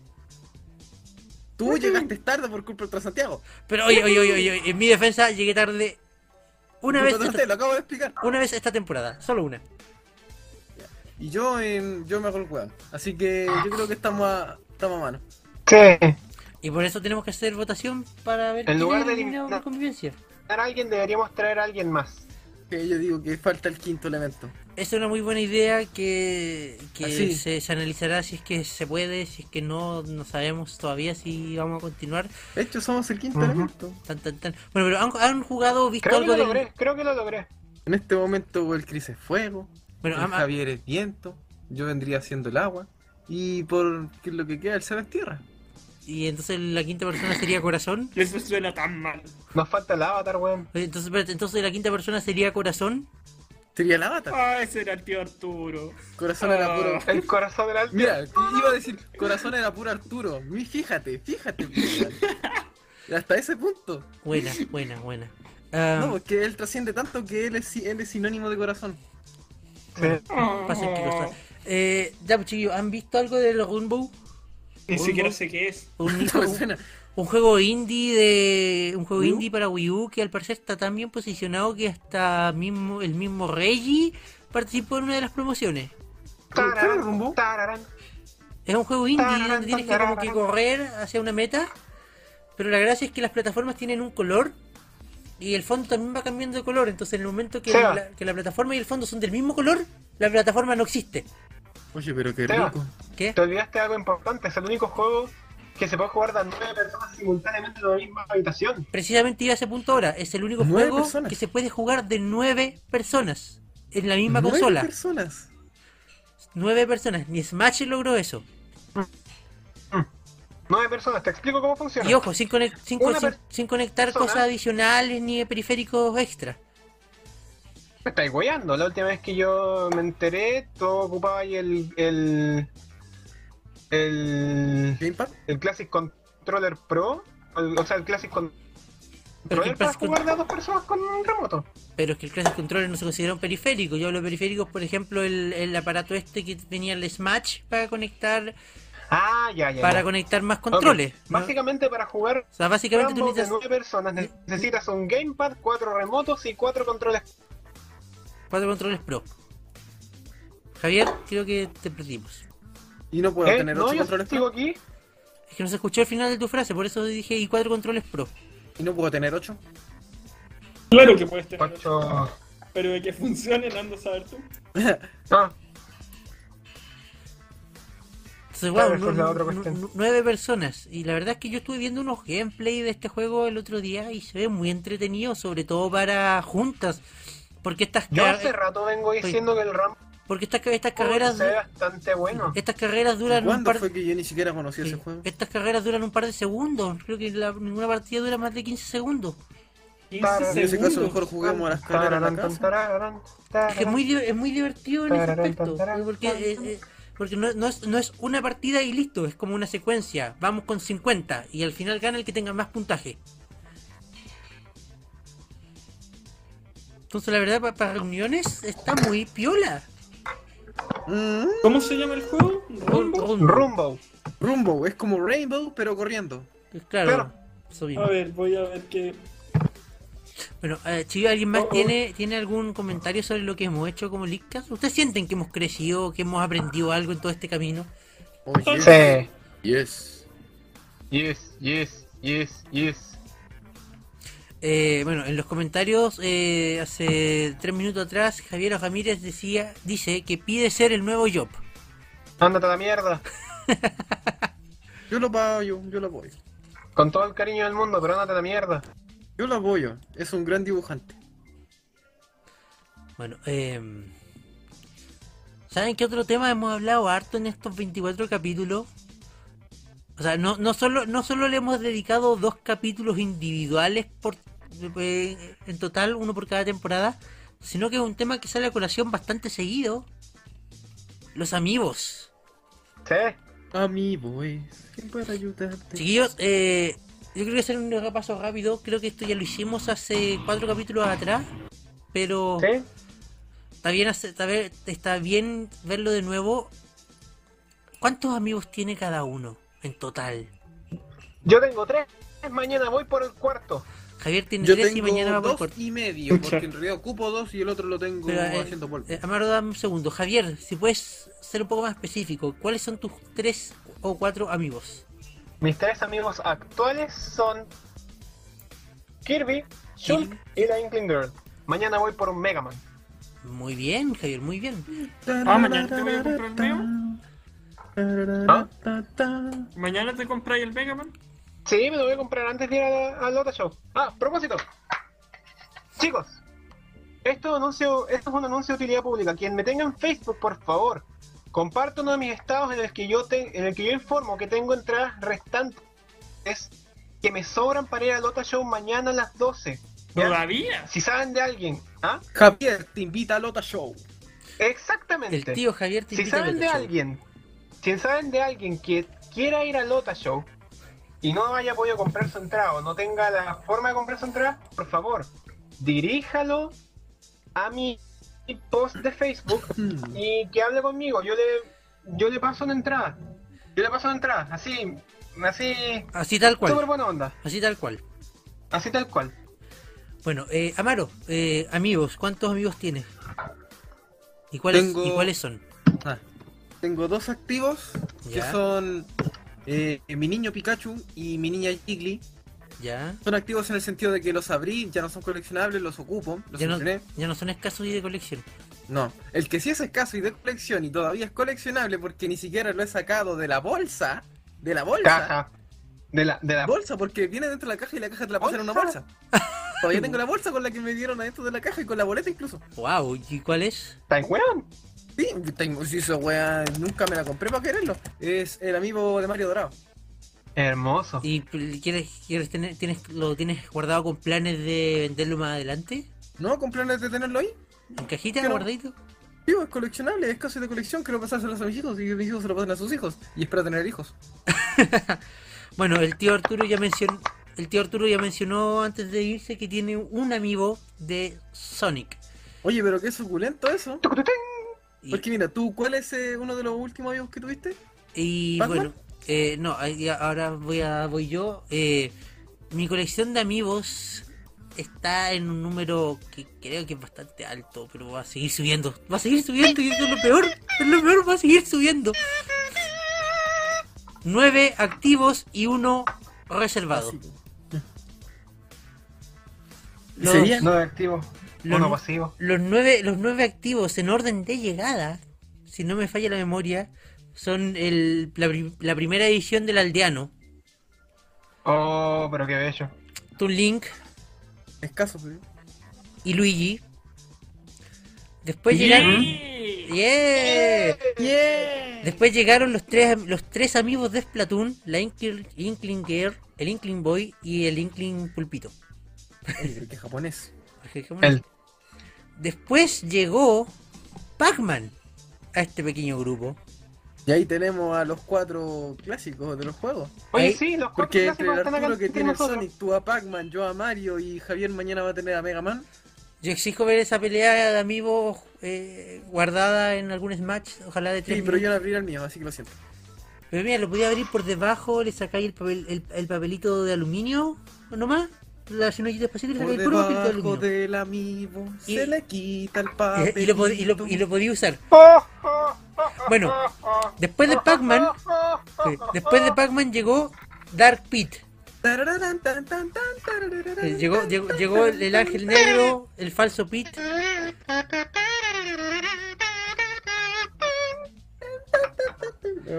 [SPEAKER 3] Tú llegaste tarde por culpa del Transantiago.
[SPEAKER 2] Pero oye, oye, oye, oye, oye, en mi defensa llegué tarde una
[SPEAKER 3] Yo
[SPEAKER 2] vez
[SPEAKER 3] lo traté, lo acabo de explicar.
[SPEAKER 2] una vez esta temporada, solo una.
[SPEAKER 3] Y yo, en- yo me hago el weón. Así que yo creo que estamos a, estamos a mano.
[SPEAKER 4] Sí.
[SPEAKER 2] Y por eso tenemos que hacer votación para ver
[SPEAKER 4] En lugar
[SPEAKER 2] es
[SPEAKER 4] de
[SPEAKER 2] eliminado
[SPEAKER 4] eliminar-
[SPEAKER 2] por convivencia.
[SPEAKER 4] A alguien deberíamos traer a alguien más.
[SPEAKER 3] Que yo digo que falta el quinto elemento.
[SPEAKER 2] Es una muy buena idea que, que
[SPEAKER 3] Así.
[SPEAKER 2] se, se analizará si es que se puede, si es que no, no sabemos todavía si vamos a continuar.
[SPEAKER 3] De hecho, somos el quinto
[SPEAKER 4] Ujú.
[SPEAKER 3] elemento.
[SPEAKER 2] Tan, tan, tan. Bueno, pero ¿han, han jugado o visto
[SPEAKER 4] Creo que
[SPEAKER 2] algo
[SPEAKER 4] lo
[SPEAKER 2] del-
[SPEAKER 4] logré, creo que lo logré.
[SPEAKER 3] En este momento el Chris es fuego,
[SPEAKER 2] Bueno, ah,
[SPEAKER 3] el
[SPEAKER 2] han-
[SPEAKER 3] Javier es viento, yo vendría siendo el agua. Y por que lo que queda, el Seba es tierra.
[SPEAKER 2] y entonces la quinta persona sería corazón.
[SPEAKER 5] Eso suena tan mal.
[SPEAKER 4] Nos falta el avatar, weón.
[SPEAKER 2] Entonces, espérate, entonces la quinta persona sería corazón.
[SPEAKER 3] Sería el avatar.
[SPEAKER 5] Ah, ese era el tío Arturo.
[SPEAKER 3] Corazón era puro.
[SPEAKER 5] Ah.
[SPEAKER 4] El corazón del alto.
[SPEAKER 3] Mira, iba a decir, corazón era puro Arturo. Mi- Fíjate, fíjate. puta. Hasta ese punto.
[SPEAKER 2] Buena, buena, buena. Ah,
[SPEAKER 3] No, porque él trasciende tanto que él es, si- él es sinónimo de corazón.
[SPEAKER 4] Sí.
[SPEAKER 2] pasen qué
[SPEAKER 5] Oh.
[SPEAKER 2] cosas. Eh, ya, pues, chiquillos, ¿han visto algo del Rainbow?
[SPEAKER 5] Ni siquiera sé qué es.
[SPEAKER 2] Un,
[SPEAKER 3] No me suena.
[SPEAKER 2] Un juego indie de un juego
[SPEAKER 3] ¿Wii U?
[SPEAKER 2] indie para Wii U que al parecer está tan bien posicionado que hasta mismo el mismo Reggie participó en una de las promociones.
[SPEAKER 3] ¿Pero rumbo?
[SPEAKER 4] Tararán, tararán.
[SPEAKER 2] Es un
[SPEAKER 3] Ah,
[SPEAKER 2] juego indie
[SPEAKER 4] Tararán,
[SPEAKER 2] donde tienes que como que
[SPEAKER 4] tararán.
[SPEAKER 2] correr hacia una meta, pero la gracia es que las plataformas tienen un color y el fondo también va cambiando de color, entonces en el momento que,
[SPEAKER 4] Seba.
[SPEAKER 2] la, que la plataforma y el fondo son del mismo color, la plataforma no existe.
[SPEAKER 3] Oye, pero qué
[SPEAKER 4] Teo.
[SPEAKER 3] rico.
[SPEAKER 2] ¿Qué?
[SPEAKER 4] Te olvidaste de algo importante, es el único juego que se puede jugar de a nueve personas simultáneamente en la misma habitación.
[SPEAKER 2] Precisamente iba a ese punto ahora. Es el único
[SPEAKER 3] Nueve
[SPEAKER 2] juego
[SPEAKER 3] personas.
[SPEAKER 2] que se puede jugar de nueve personas en la misma
[SPEAKER 3] Nueve
[SPEAKER 2] consola.
[SPEAKER 3] personas.
[SPEAKER 2] nueve personas. Ni Smash logró eso.
[SPEAKER 4] Nueve personas, te explico cómo funciona.
[SPEAKER 2] Y ojo, sin, conec- sin,
[SPEAKER 4] Una
[SPEAKER 2] sin-
[SPEAKER 4] per-
[SPEAKER 2] sin conectar
[SPEAKER 4] persona.
[SPEAKER 2] cosas adicionales ni periféricos extra.
[SPEAKER 4] Me estáis guayando, la última vez que yo me enteré, tú ocupabas ahí el... el... el...
[SPEAKER 3] Gamepad.
[SPEAKER 4] el Classic Controller Pro, el- o sea, el Classic Con-
[SPEAKER 2] Pero que el
[SPEAKER 4] Controller para
[SPEAKER 2] Classic
[SPEAKER 4] jugar de a dos personas con un remoto.
[SPEAKER 2] Pero es que el Classic Controller no se considera un periférico. Yo hablo de periféricos, por ejemplo, el, el aparato este que tenía el Smash para conectar
[SPEAKER 4] Ah, ya, ya.
[SPEAKER 2] para
[SPEAKER 4] ya.
[SPEAKER 2] conectar más
[SPEAKER 4] Ok.
[SPEAKER 2] controles. ¿no?
[SPEAKER 4] Básicamente para jugar
[SPEAKER 2] O sea, básicamente tú
[SPEAKER 4] ambos de
[SPEAKER 2] necesitas
[SPEAKER 4] nueve personas necesitas un gamepad, cuatro remotos y cuatro controles.
[SPEAKER 2] cuatro controles pro. Javier, creo que te perdimos.
[SPEAKER 3] Y no puedo
[SPEAKER 4] ¿Eh?
[SPEAKER 3] tener
[SPEAKER 4] No,
[SPEAKER 3] ocho
[SPEAKER 4] yo
[SPEAKER 3] controles
[SPEAKER 4] sigo
[SPEAKER 3] pro.
[SPEAKER 4] aquí.
[SPEAKER 2] Es que no se escuchó el final de tu frase, por eso dije y cuatro controles pro.
[SPEAKER 3] Y no puedo tener ocho.
[SPEAKER 5] Claro que puedes tener ocho,
[SPEAKER 4] Ocho.
[SPEAKER 5] pero de que funcionen andas a ver tú.
[SPEAKER 4] Ah,
[SPEAKER 2] Entonces,
[SPEAKER 4] Claro,
[SPEAKER 2] wow,
[SPEAKER 4] esa es la otra cuestión.
[SPEAKER 2] nueve personas. Y la verdad es que yo estuve viendo unos gameplay de este juego el otro día y se ve muy entretenido, sobre todo para juntas. Porque estas,
[SPEAKER 4] yo
[SPEAKER 2] ca-
[SPEAKER 4] hace rato vengo diciendo que el Rambo
[SPEAKER 2] porque estas, ca- estas carreras
[SPEAKER 4] se ve bastante bueno.
[SPEAKER 2] estas carreras duran un
[SPEAKER 3] ¿Cuándo
[SPEAKER 2] par
[SPEAKER 3] fue que yo ni siquiera conocí
[SPEAKER 2] sí,
[SPEAKER 3] ese juego?
[SPEAKER 2] estas carreras duran un par de segundos. Creo que la- ninguna partida dura más de 15 segundos.
[SPEAKER 5] 15
[SPEAKER 4] Claro, en
[SPEAKER 3] En ese caso
[SPEAKER 5] segundos.
[SPEAKER 3] mejor juguemos a las carreras en
[SPEAKER 4] Tararán,
[SPEAKER 3] la casa.
[SPEAKER 4] tararán,
[SPEAKER 2] Es que es
[SPEAKER 4] tararán.
[SPEAKER 2] muy, di- es muy divertido en ese aspecto. Porque, eh, eh, porque no, no es, no es una partida y listo, es como una secuencia. Vamos con 50 y al final gana el que tenga más puntaje. Entonces, la verdad, pa- para reuniones está muy piola.
[SPEAKER 3] Mm,
[SPEAKER 5] ¿Cómo se llama el juego?
[SPEAKER 2] Rum-
[SPEAKER 5] ¿Rumbo?
[SPEAKER 2] rum-
[SPEAKER 4] Rumbo.
[SPEAKER 3] Rumbo, es como Rainbow, pero corriendo.
[SPEAKER 2] Pues, Claro,
[SPEAKER 4] Claro.
[SPEAKER 2] eso mismo.
[SPEAKER 5] A ver, voy a ver qué.
[SPEAKER 2] Bueno, eh, Chiyo, ¿alguien más
[SPEAKER 5] Oh, oh.
[SPEAKER 2] tiene, tiene algún comentario sobre lo que hemos hecho como Lickas? ¿Ustedes sienten que hemos crecido, que hemos aprendido algo en todo este camino?
[SPEAKER 3] Oye.
[SPEAKER 4] Sí.
[SPEAKER 3] Yes.
[SPEAKER 4] Yes, yes, yes, yes.
[SPEAKER 2] Eh, bueno, en los comentarios eh, hace tres minutos atrás Javier Ramírez decía, dice que pide ser el nuevo Job.
[SPEAKER 4] Ándate a la mierda.
[SPEAKER 3] Yo lo apoyo, yo lo apoyo.
[SPEAKER 4] Con todo el cariño del mundo, pero ándate a la mierda.
[SPEAKER 3] Yo lo apoyo. Es un gran dibujante.
[SPEAKER 2] Bueno, eh, ¿saben qué otro tema hemos hablado harto en estos 24 capítulos? O sea, no, no, solo, no solo le hemos dedicado dos capítulos individuales por, eh, en total, uno por cada temporada, sino que es un tema que sale a colación bastante seguido. Los amigos.
[SPEAKER 4] Sí.
[SPEAKER 3] Amigo, es. ¿Quién puede ayudarte?
[SPEAKER 2] Chiquillos, eh, yo creo que hacer un repaso rápido. Creo que esto ya lo hicimos hace cuatro capítulos atrás. Pero
[SPEAKER 4] Sí.
[SPEAKER 2] está, bien hacer- está, ver- está bien verlo de nuevo. ¿Cuántos amigos tiene cada uno en total?
[SPEAKER 4] Yo tengo tres. Mañana voy por el cuarto.
[SPEAKER 2] Javier tiene
[SPEAKER 3] Yo
[SPEAKER 2] tres
[SPEAKER 3] tengo
[SPEAKER 2] y mañana va por
[SPEAKER 3] dos
[SPEAKER 2] corto.
[SPEAKER 3] y medio, porque
[SPEAKER 5] Pucha.
[SPEAKER 3] en realidad ocupo dos y el otro lo tengo
[SPEAKER 2] Pero, eh,
[SPEAKER 3] haciendo polvo.
[SPEAKER 2] eh, Amaro, dame un segundo. Javier, si puedes ser un poco más específico, ¿cuáles son tus tres o cuatro amigos?
[SPEAKER 4] Mis tres amigos actuales son Kirby, Shulk y la Inkling Girl. Mañana voy por un Mega Man.
[SPEAKER 2] Muy bien, Javier, muy bien.
[SPEAKER 5] Ah, mañana te voy a comprar el
[SPEAKER 4] ¿Ah?
[SPEAKER 5] ¿Mañana te compráis el Mega Man?
[SPEAKER 4] Sí, me lo voy a comprar antes de ir a la- al Lota Show. Ah, propósito. Chicos, esto, anuncio, esto es un anuncio de utilidad pública. Quien me tenga en Facebook, por favor, comparto uno de mis estados en el que yo, te- en el que yo informo que tengo entradas restantes que me sobran para ir al Lota Show mañana a las 12. ¿ya?
[SPEAKER 5] ¿Todavía?
[SPEAKER 4] Si saben de alguien, ¿ah?
[SPEAKER 3] Javier te invita a Lota Show.
[SPEAKER 2] El
[SPEAKER 4] Exactamente.
[SPEAKER 2] tío Javier te
[SPEAKER 4] si
[SPEAKER 2] invita a
[SPEAKER 4] saben
[SPEAKER 2] Loto
[SPEAKER 4] de
[SPEAKER 2] Show.
[SPEAKER 4] alguien, si saben de alguien que quiera ir al Lota Show y no haya podido comprar su entrada o no tenga la forma de comprar su entrada, por favor, diríjalo a mi post de Facebook
[SPEAKER 3] Hmm.
[SPEAKER 4] y que hable conmigo. Yo le, yo le paso una entrada. Yo le paso una entrada, así, así,
[SPEAKER 2] Así tal
[SPEAKER 4] súper
[SPEAKER 2] cual.
[SPEAKER 4] buena onda,
[SPEAKER 2] Así tal cual.
[SPEAKER 4] así tal cual.
[SPEAKER 2] Bueno, eh, Amaro, eh, amigos, ¿cuántos amigos tienes? ¿Y cuáles,
[SPEAKER 3] Tengo-
[SPEAKER 2] ¿Y cuáles son?
[SPEAKER 3] Ah, tengo dos activos
[SPEAKER 2] Ya.
[SPEAKER 3] que son eh, mi niño Pikachu y mi niña Jiggly.
[SPEAKER 2] ¿Ya?
[SPEAKER 3] Son activos en el sentido de que los abrí, ya no son coleccionables, los ocupo, los
[SPEAKER 2] Ya no,
[SPEAKER 3] entrené.
[SPEAKER 2] ya no son escasos y de colección.
[SPEAKER 3] No, el que sí es escaso y de colección y todavía es coleccionable porque ni siquiera lo he sacado de la bolsa. De la bolsa.
[SPEAKER 4] Caja. De la, de la
[SPEAKER 3] Bolsa, porque viene dentro de la caja y la caja te la pasan en una bolsa. Todavía tengo la bolsa con la que me dieron adentro de la caja y con la boleta incluso.
[SPEAKER 2] Wow, ¿y cuál es?
[SPEAKER 4] ¿Tan weón?
[SPEAKER 3] Sí, tengo, sí, esa weá, nunca me la compré para quererlo. Es el amigo de Mario Dorado.
[SPEAKER 4] Hermoso.
[SPEAKER 2] ¿Y pl- quieres, quieres tener, tienes, lo tienes guardado con planes de venderlo más adelante?
[SPEAKER 3] ¿No? ¿Con planes de tenerlo ahí?
[SPEAKER 2] ¿En cajita
[SPEAKER 3] Pero-
[SPEAKER 2] guardadito?
[SPEAKER 3] Sí, es coleccionable, es casi de colección, quiero pasárselo a mis hijos y mis hijos se lo pasan a sus hijos. Y espero tener hijos.
[SPEAKER 2] Bueno, el tío Arturo ya mencionó, el tío Arturo ya mencionó antes de irse que tiene un amigo de Sonic.
[SPEAKER 3] Oye, pero qué suculento eso.
[SPEAKER 2] Y,
[SPEAKER 3] Porque mira, tú, ¿cuál es eh, uno de los últimos amigos que tuviste?
[SPEAKER 2] y
[SPEAKER 3] ¿Batman?
[SPEAKER 2] bueno, eh, no, ahí- ahora voy a voy yo. Eh, mi colección de amigos está en un número que creo que es bastante alto, pero va a seguir subiendo. Va a seguir subiendo y eso es lo peor. Es lo peor, va a seguir subiendo. Nueve activos y uno reservado. Los-
[SPEAKER 3] Sería-
[SPEAKER 4] No activo.
[SPEAKER 2] Lo-
[SPEAKER 4] Uno pasivo.
[SPEAKER 2] Los nueve, los nueve activos en orden de llegada, si no me falla la memoria, son el, la, pri- la primera edición del Aldeano,
[SPEAKER 4] Oh, pero qué bello.
[SPEAKER 2] Toon Link
[SPEAKER 3] Escaso, pero-
[SPEAKER 2] y Luigi. Después llegaron. ¡Yeah! Después llegaron los tres, los tres amigos de Splatoon, la Inkling, Inkling Girl, el Inkling Boy y el Inkling Pulpito.
[SPEAKER 3] Oye, pero qué japonés.
[SPEAKER 4] El-
[SPEAKER 2] Después llegó Pac-Man a este pequeño grupo.
[SPEAKER 3] Y ahí tenemos a los cuatro clásicos de los juegos.
[SPEAKER 4] Oye,
[SPEAKER 2] Ahí-
[SPEAKER 4] sí, los cuatro
[SPEAKER 3] Porque entre
[SPEAKER 4] clásicos
[SPEAKER 3] el
[SPEAKER 4] están acá
[SPEAKER 3] Arturo que
[SPEAKER 4] entre
[SPEAKER 3] tiene el
[SPEAKER 4] nosotros.
[SPEAKER 3] Sonic, tú a Pac-Man, yo a Mario y Javier mañana va a tener a Mega Man.
[SPEAKER 2] Yo exijo ver esa pelea de amigos eh, guardada en algún Smash, ojalá de tres
[SPEAKER 3] Sí, pero yo
[SPEAKER 2] minutos.
[SPEAKER 3] no abrí el mío, así que lo siento.
[SPEAKER 2] Pero mira, lo podía abrir por debajo, le sacáis el, papel, el, el papelito de aluminio, nomás, la hacéis despacito y le
[SPEAKER 3] Por
[SPEAKER 2] sacáis el puro papelito de
[SPEAKER 3] debajo
[SPEAKER 2] aluminio.
[SPEAKER 3] del amigo
[SPEAKER 2] Y-
[SPEAKER 3] se le quita el
[SPEAKER 2] Eh,
[SPEAKER 3] papel.
[SPEAKER 2] Y, lo, pod- y, lo, y lo podía usar. Bueno, después de Pac-Man, eh, después de Pac-Man llegó Dark Pit. Eh, Llegó, llegó, llegó el, el ángel negro, el falso Pit.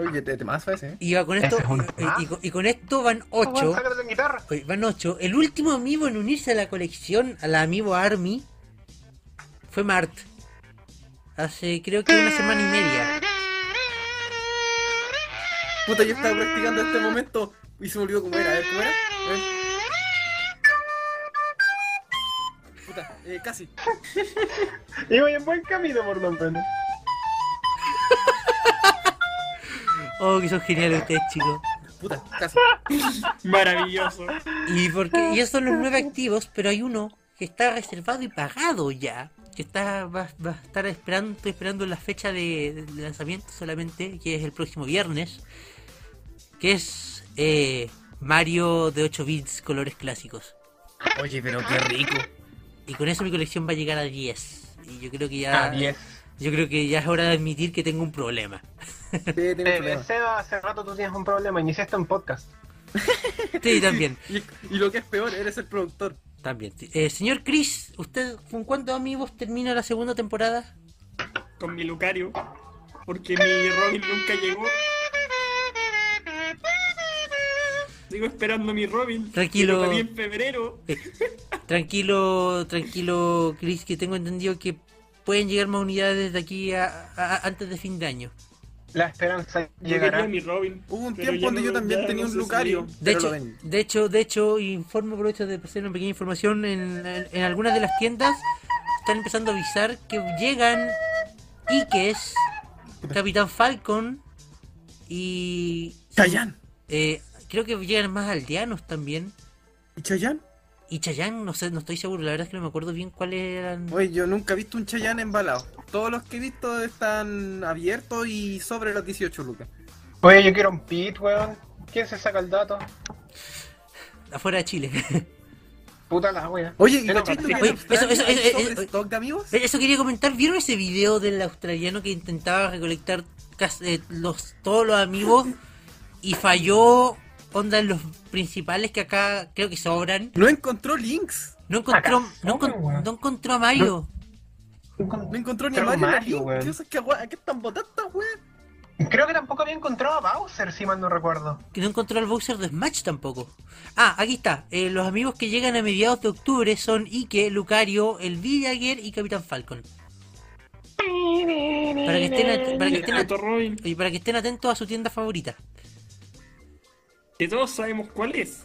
[SPEAKER 3] Oye, te, te más ese, ¿eh?
[SPEAKER 2] Y va con esto,
[SPEAKER 4] Ese es un-
[SPEAKER 2] eh, y, con- y con esto van ocho.
[SPEAKER 4] Sácalo de guitarra.
[SPEAKER 2] Oye, Van 8. El último amigo en unirse a la colección, a la amigo Army, fue Mart. Hace creo que una semana y media.
[SPEAKER 3] Puta, yo estaba practicando este momento y se me olvidó cómo era. A ver, ¿cómo era? A ver. Puta, eh, casi.
[SPEAKER 4] Y voy en buen camino, por lo menos.
[SPEAKER 2] Oh, que son geniales ustedes, chicos.
[SPEAKER 3] Puta, casi.
[SPEAKER 5] Maravilloso.
[SPEAKER 2] Y porque y esos son los nueve activos, pero hay uno que está reservado y pagado ya. Que está, va, va a estar esperando, estoy esperando la fecha de, de lanzamiento solamente, que es el próximo viernes. Que es eh, Mario de 8 bits, colores clásicos.
[SPEAKER 3] Oye, pero
[SPEAKER 2] Ah,
[SPEAKER 3] qué rico.
[SPEAKER 2] Y con eso mi colección va a llegar a 10. Y yo creo que ya.
[SPEAKER 4] Ah, 10.
[SPEAKER 2] Yo creo que ya es hora de admitir que tengo un problema.
[SPEAKER 3] Sí, tengo un
[SPEAKER 4] Eh,
[SPEAKER 3] problema.
[SPEAKER 4] Seba, hace rato tú tienes un problema. Iniciaste un podcast.
[SPEAKER 2] Sí, también.
[SPEAKER 3] Y, y lo que es peor, eres el productor.
[SPEAKER 2] También. Eh, señor Chris, ¿usted con cuántos amigos termina la segunda temporada?
[SPEAKER 5] Con mi Lucario. Porque mi Robin nunca llegó. Sigo esperando mi Robin.
[SPEAKER 2] Tranquilo.
[SPEAKER 5] Pero también en febrero.
[SPEAKER 2] Eh, tranquilo, tranquilo, Chris, que tengo entendido que pueden llegar más unidades desde aquí a, a- a- antes de fin de año.
[SPEAKER 4] La esperanza
[SPEAKER 5] Yo quería
[SPEAKER 4] llegará.
[SPEAKER 5] mi Robin.
[SPEAKER 3] Hubo un
[SPEAKER 5] pero
[SPEAKER 3] tiempo
[SPEAKER 5] ya
[SPEAKER 3] donde
[SPEAKER 5] no-
[SPEAKER 3] yo también
[SPEAKER 5] ya
[SPEAKER 3] tenía
[SPEAKER 5] no
[SPEAKER 3] un
[SPEAKER 5] sé si-
[SPEAKER 3] Lucario.
[SPEAKER 2] De
[SPEAKER 3] pero
[SPEAKER 2] hecho,
[SPEAKER 3] lo ven.
[SPEAKER 2] de hecho, de hecho, informo, aprovecho de hacer una pequeña información, en, en- en algunas de las tiendas están empezando a avisar que llegan Ikes, Capitán Falcon y...
[SPEAKER 3] Chayanne.
[SPEAKER 2] eh, creo que llegan más aldeanos también.
[SPEAKER 3] ¿Y Chayanne?
[SPEAKER 2] Y Chayán, no sé, no estoy seguro, la verdad es que no me acuerdo bien cuáles eran...
[SPEAKER 3] Oye, yo nunca he visto un Chayanne embalado. Todos los que he visto están abiertos y sobre los 18 lucas.
[SPEAKER 4] Oye, yo quiero un pit, weón. ¿Quién se saca el dato?
[SPEAKER 2] Afuera de Chile.
[SPEAKER 4] Puta la wea.
[SPEAKER 3] Oye, ¿y
[SPEAKER 4] Yo no
[SPEAKER 3] cachai tú que
[SPEAKER 4] partí.
[SPEAKER 3] en
[SPEAKER 2] Oye,
[SPEAKER 3] Australia
[SPEAKER 2] eso- eso-
[SPEAKER 3] hay
[SPEAKER 2] eso- eso-
[SPEAKER 3] sobrestock de amigos?
[SPEAKER 2] Eso quería comentar. ¿Vieron ese video del australiano que intentaba recolectar cas- eh, los, todos los amigos y falló? Onda en los principales que acá creo que sobran.
[SPEAKER 3] No encontró links.
[SPEAKER 2] No encontró,
[SPEAKER 4] Acá
[SPEAKER 2] no,
[SPEAKER 4] sobran,
[SPEAKER 2] encon-
[SPEAKER 4] weón.
[SPEAKER 2] no encontró a Mario.
[SPEAKER 3] No encontró ni a
[SPEAKER 4] Pero
[SPEAKER 3] Mario. ni a
[SPEAKER 4] Mario,
[SPEAKER 3] Link.
[SPEAKER 4] weón.
[SPEAKER 3] ¿Qué es que agua- ¿A qué están botando estas weas?
[SPEAKER 4] Creo que tampoco había encontrado a Bowser, si mal no recuerdo.
[SPEAKER 2] Que no encontró al Bowser de Smash tampoco. Ah, aquí está. Eh, los amigos que llegan a mediados de octubre son Ike, Lucario, el Villager y Capitán Falcon. Para que estén, at- para que
[SPEAKER 5] El
[SPEAKER 2] estén at-
[SPEAKER 5] Gato Robin,
[SPEAKER 2] oye, para que estén atentos a su tienda favorita.
[SPEAKER 5] que todos sabemos cuál es.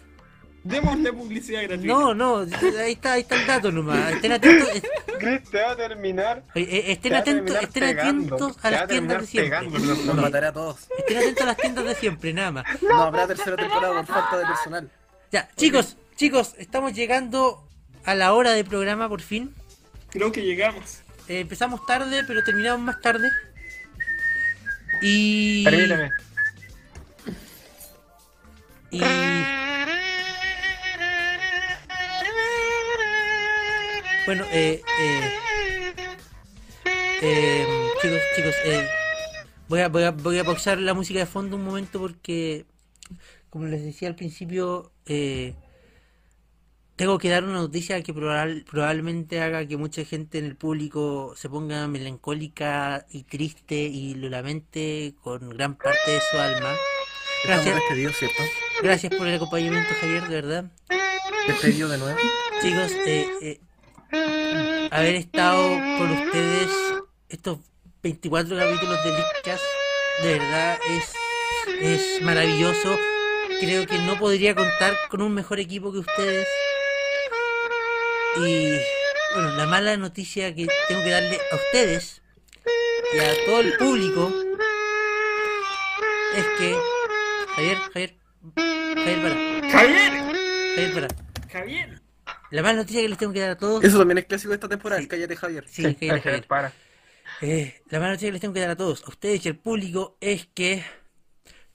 [SPEAKER 5] Démosle publicidad gratuita.
[SPEAKER 2] No, no, ahí está, ahí está el dato nomás. Estén atentos, est-
[SPEAKER 4] Chris te va a terminar.
[SPEAKER 2] oye, eh, estén
[SPEAKER 4] te va a
[SPEAKER 2] atentos,
[SPEAKER 4] terminar
[SPEAKER 2] estén
[SPEAKER 4] pegando,
[SPEAKER 2] atentos
[SPEAKER 4] te
[SPEAKER 2] a
[SPEAKER 4] va
[SPEAKER 2] las tiendas
[SPEAKER 4] terminar
[SPEAKER 2] de siempre.
[SPEAKER 4] pegando, los-
[SPEAKER 3] Los
[SPEAKER 4] los-
[SPEAKER 3] mataré a todos.
[SPEAKER 2] Estén atentos a las tiendas de siempre, nada más.
[SPEAKER 4] pues,
[SPEAKER 3] No habrá tercera temporada por falta de personal.
[SPEAKER 2] Ya, chicos, chicos, estamos llegando a la hora de programa por fin.
[SPEAKER 5] Creo que llegamos.
[SPEAKER 2] Eh, empezamos tarde, pero terminamos más tarde. Y.
[SPEAKER 4] Permíteme.
[SPEAKER 2] Y. Bueno, eh, eh, eh, chicos, chicos, eh, voy, a, voy, a, voy a pausar la música de fondo un momento porque, como les decía al principio, eh, tengo que dar una noticia que probal- probablemente haga que mucha gente en el público se ponga melancólica y triste y lo lamente con gran parte de su alma.
[SPEAKER 3] Estamos
[SPEAKER 2] Gracias.
[SPEAKER 3] despedidos, ¿cierto?
[SPEAKER 2] Gracias por el acompañamiento, Javier, de verdad.
[SPEAKER 3] Despedido de nuevo.
[SPEAKER 2] Chicos, eh, eh, haber estado con ustedes estos 24 capítulos de Leakcast, de verdad es, es maravilloso. Creo que no podría contar con un mejor equipo que ustedes. Y bueno, la mala noticia que tengo que darle a ustedes y a todo el público es que Javier, Javier, Javier, para,
[SPEAKER 5] ¡Javier!
[SPEAKER 2] Javier, para.
[SPEAKER 5] ¡Javier!
[SPEAKER 2] La mala noticia que les tengo que dar a todos
[SPEAKER 3] Eso también es clásico de esta temporada.
[SPEAKER 2] Sí.
[SPEAKER 3] Cállate, Javier.
[SPEAKER 2] Sí, cállate,
[SPEAKER 4] Javier,
[SPEAKER 2] Javier.
[SPEAKER 4] para.
[SPEAKER 2] Eh, la mala noticia que les tengo que dar a todos, a ustedes y al público, es que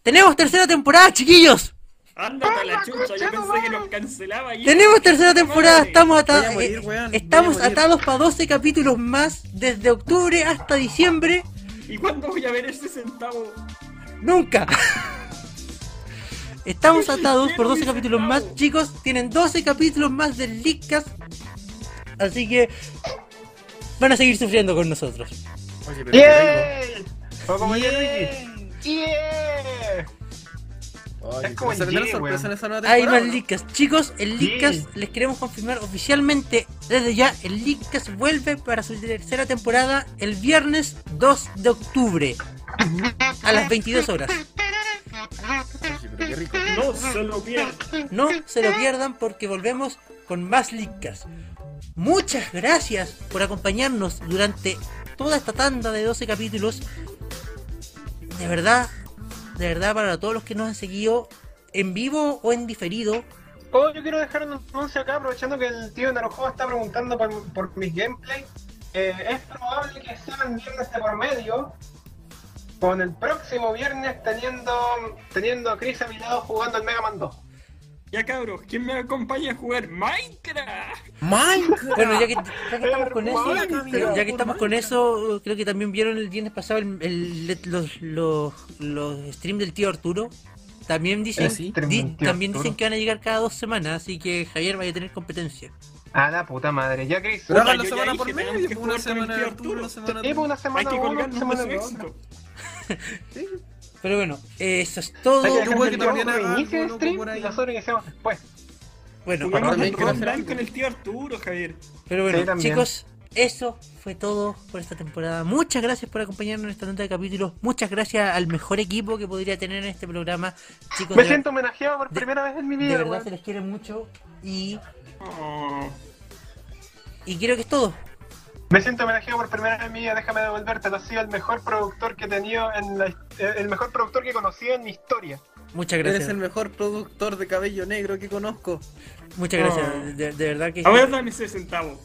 [SPEAKER 2] tenemos tercera temporada, chiquillos.
[SPEAKER 5] Ándate a la chucha, yo pensé que los cancelaba y...
[SPEAKER 2] Tenemos tercera temporada, estamos
[SPEAKER 3] Voy
[SPEAKER 2] atados,
[SPEAKER 3] a morir, weón, voy a
[SPEAKER 2] estamos
[SPEAKER 3] morir.
[SPEAKER 2] atados para 12 capítulos más desde octubre hasta diciembre.
[SPEAKER 5] ¿Y cuándo voy a ver ese centavo?
[SPEAKER 2] Nunca. Estamos atados por
[SPEAKER 5] Quiero
[SPEAKER 2] 12
[SPEAKER 5] mi
[SPEAKER 2] capítulos más,
[SPEAKER 5] centavo.
[SPEAKER 2] chicos. Tienen 12 capítulos más de Leakcast. Así que van a seguir sufriendo con nosotros.
[SPEAKER 3] Oye, pero qué
[SPEAKER 4] ¡Yay! Fue como el Luigi. ¡Yeah!
[SPEAKER 3] rico. Oye,
[SPEAKER 4] Es como
[SPEAKER 3] se
[SPEAKER 4] el
[SPEAKER 3] vendrá
[SPEAKER 4] G,
[SPEAKER 3] sorpresa
[SPEAKER 4] weón.
[SPEAKER 3] en esa nueva
[SPEAKER 2] Hay
[SPEAKER 3] temporada,
[SPEAKER 2] más
[SPEAKER 3] ¿no?
[SPEAKER 2] Leakcast. Chicos, el Leakcast les queremos confirmar oficialmente desde ya. El Leakcast vuelve para su tercera temporada el viernes 2 de octubre a las 22 horas.
[SPEAKER 3] Oye, pero qué rico.
[SPEAKER 5] No se lo pierdas.
[SPEAKER 2] No se lo pierdan porque volvemos con más Leakcast. Muchas gracias por acompañarnos durante toda esta tanda de 12 capítulos. De verdad, de verdad para todos los que nos han seguido en vivo o en diferido,
[SPEAKER 4] Oh, yo quiero dejar un anuncio acá, aprovechando que el tío Narojoa está preguntando por, por mis gameplays. Eh, es probable que sean viernes de por medio, con el próximo viernes teniendo, teniendo a Chris a mi lado jugando el Mega Man 2.
[SPEAKER 5] Ya cabros, ¿quién me acompaña a jugar Minecraft?
[SPEAKER 3] Minecraft.
[SPEAKER 2] Bueno, ya que, ya que estamos con eso,
[SPEAKER 4] Hola,
[SPEAKER 3] Camila.
[SPEAKER 2] ya que estamos con eso, creo que también vieron el viernes pasado el- el- los, los, los streams del tío Arturo. También dicen,
[SPEAKER 4] Sí,
[SPEAKER 2] di-
[SPEAKER 4] tremendo tío
[SPEAKER 2] también dicen
[SPEAKER 4] Arturo.
[SPEAKER 2] que van a llegar cada dos semanas, así que Javier vaya a tener competencia.
[SPEAKER 4] A Ah, la puta madre, ya Chris.
[SPEAKER 3] Pero
[SPEAKER 5] Puta,
[SPEAKER 3] háganlo
[SPEAKER 5] yo ya
[SPEAKER 3] semana
[SPEAKER 5] dije,
[SPEAKER 3] por
[SPEAKER 5] tenemos
[SPEAKER 3] medio.
[SPEAKER 5] que
[SPEAKER 3] pues, Una
[SPEAKER 5] jugar con el
[SPEAKER 3] semana
[SPEAKER 5] tío
[SPEAKER 3] de tú,
[SPEAKER 5] Arturo.
[SPEAKER 3] una semana
[SPEAKER 4] Sí,
[SPEAKER 3] de
[SPEAKER 4] pues, una
[SPEAKER 5] Hay
[SPEAKER 4] semana
[SPEAKER 5] que
[SPEAKER 4] uno, una
[SPEAKER 5] colgarnos de
[SPEAKER 4] semana
[SPEAKER 5] su
[SPEAKER 4] dos.
[SPEAKER 5] éxito.
[SPEAKER 2] Pero bueno, eso es todo.
[SPEAKER 4] Hay que
[SPEAKER 3] Yo creo que
[SPEAKER 4] dejar que
[SPEAKER 3] también
[SPEAKER 4] yo
[SPEAKER 3] haga
[SPEAKER 4] reinicie
[SPEAKER 3] algo
[SPEAKER 4] el
[SPEAKER 3] loco
[SPEAKER 4] stream
[SPEAKER 3] por ahí.
[SPEAKER 4] y nosotros pues, iniciamos después.
[SPEAKER 2] Bueno,
[SPEAKER 5] Jugamos
[SPEAKER 3] Aparte
[SPEAKER 5] el
[SPEAKER 3] que no
[SPEAKER 5] Rock
[SPEAKER 3] será-
[SPEAKER 5] Band con el tío Arturo, Javier.
[SPEAKER 2] pero
[SPEAKER 4] Sí,
[SPEAKER 2] bueno,
[SPEAKER 4] también.
[SPEAKER 2] chicos, eso fue todo por esta temporada. Muchas gracias por acompañarnos en esta tanda de capítulos. Muchas gracias al mejor equipo que podría tener en este programa. Chicos,
[SPEAKER 4] Me
[SPEAKER 2] de-
[SPEAKER 4] siento homenajeado por
[SPEAKER 2] de-
[SPEAKER 4] primera vez en mi
[SPEAKER 2] de
[SPEAKER 4] vida,
[SPEAKER 2] verdad
[SPEAKER 4] weón.
[SPEAKER 2] se les quiere mucho y
[SPEAKER 5] Oh.
[SPEAKER 2] Y creo que es todo.
[SPEAKER 4] Me siento homenajeado por primera vez en mi vida, déjame devolverte. Has sido el mejor productor que he tenido en la, eh, el mejor productor que he conocido en mi historia.
[SPEAKER 2] Muchas
[SPEAKER 3] Eres
[SPEAKER 2] gracias.
[SPEAKER 3] el mejor productor de cabello negro que conozco.
[SPEAKER 2] Muchas gracias.
[SPEAKER 5] Oh.
[SPEAKER 2] De, de verdad que
[SPEAKER 5] A ver, dame ese centavo.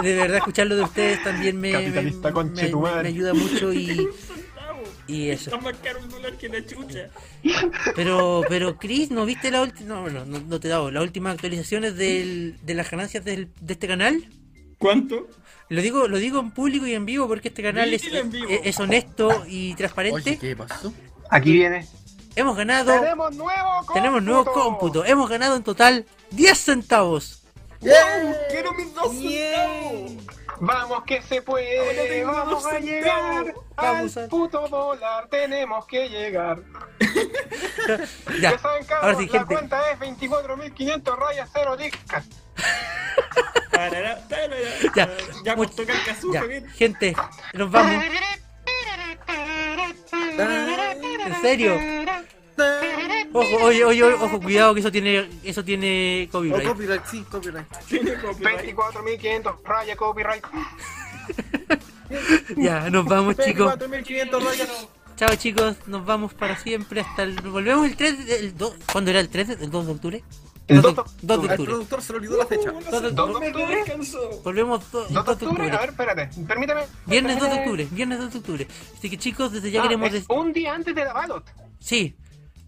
[SPEAKER 2] de verdad escucharlo de ustedes también me, me,
[SPEAKER 4] Capitalista,
[SPEAKER 2] me-
[SPEAKER 4] conche
[SPEAKER 2] me-
[SPEAKER 4] tu madre.
[SPEAKER 2] me ayuda mucho y,
[SPEAKER 5] Centavo.
[SPEAKER 2] y eso.
[SPEAKER 5] Está más caro el dólar que la chucha.
[SPEAKER 2] Pero pero Chris, ¿no viste la última no, bueno, no, no te he dado las últimas actualizaciones del, de las ganancias del- de este canal?
[SPEAKER 5] ¿Cuánto?
[SPEAKER 2] Lo digo lo digo en público y en vivo porque este canal es,
[SPEAKER 5] Dilo en vivo.
[SPEAKER 2] es- es honesto y transparente.
[SPEAKER 3] Oye, ¿qué pasó?
[SPEAKER 4] Aquí viene.
[SPEAKER 2] Hemos ganado
[SPEAKER 4] Tenemos nuevo cómputo.
[SPEAKER 2] tenemos nuevo cómputo. Hemos ganado en total 10 centavos.
[SPEAKER 5] ¡Quiero mis dos centavos!
[SPEAKER 4] Vamos que se
[SPEAKER 5] Ahora
[SPEAKER 4] puede,
[SPEAKER 5] tengo
[SPEAKER 4] vamos
[SPEAKER 5] dos
[SPEAKER 4] a llegar
[SPEAKER 5] centavos.
[SPEAKER 4] al
[SPEAKER 2] Vamos a-
[SPEAKER 4] puto dólar, tenemos que llegar.
[SPEAKER 2] Ya,
[SPEAKER 4] Ya saben, cabros,
[SPEAKER 2] ahora sí,
[SPEAKER 4] la
[SPEAKER 2] gente.
[SPEAKER 4] cuenta es 24.500 rayas cero discas.
[SPEAKER 5] Tarara, tarara.
[SPEAKER 2] Ya.
[SPEAKER 5] Ya, pues
[SPEAKER 2] Much-
[SPEAKER 5] toca el
[SPEAKER 2] Ya,
[SPEAKER 5] cazuzo, bien.
[SPEAKER 2] gente, nos vamos. ¿En serio? Ojo, oye, oye, oye, ojo, cuidado que eso tiene, eso tiene
[SPEAKER 3] O
[SPEAKER 2] copyright.
[SPEAKER 3] copyright, sí, copyright.
[SPEAKER 5] Tiene copyright.
[SPEAKER 4] 24.500 rayas copyright.
[SPEAKER 2] Ya, nos vamos, chicos.
[SPEAKER 3] 24.500 rayas.
[SPEAKER 2] Chao, chicos. Nos vamos para siempre hasta el... Volvemos el 3 de- el 2... ¿Cuándo era el 3? de- ¿El 2 de octubre?
[SPEAKER 4] El
[SPEAKER 2] 2 de,
[SPEAKER 4] dos de-
[SPEAKER 2] 2 de
[SPEAKER 3] Al
[SPEAKER 2] octubre.
[SPEAKER 3] productor se le olvidó la fecha.
[SPEAKER 2] Todo el-
[SPEAKER 5] No me descanso.
[SPEAKER 2] Volvemos do- el
[SPEAKER 4] 2 de octubre, a
[SPEAKER 2] octubre.
[SPEAKER 4] ver, espérate, permíteme.
[SPEAKER 2] Viernes 2 de octubre. Viernes 2 de octubre. Así que, chicos, desde ya
[SPEAKER 4] Ah,
[SPEAKER 2] queremos...
[SPEAKER 4] es
[SPEAKER 2] des-
[SPEAKER 4] un día antes de la ballot.
[SPEAKER 2] Sí.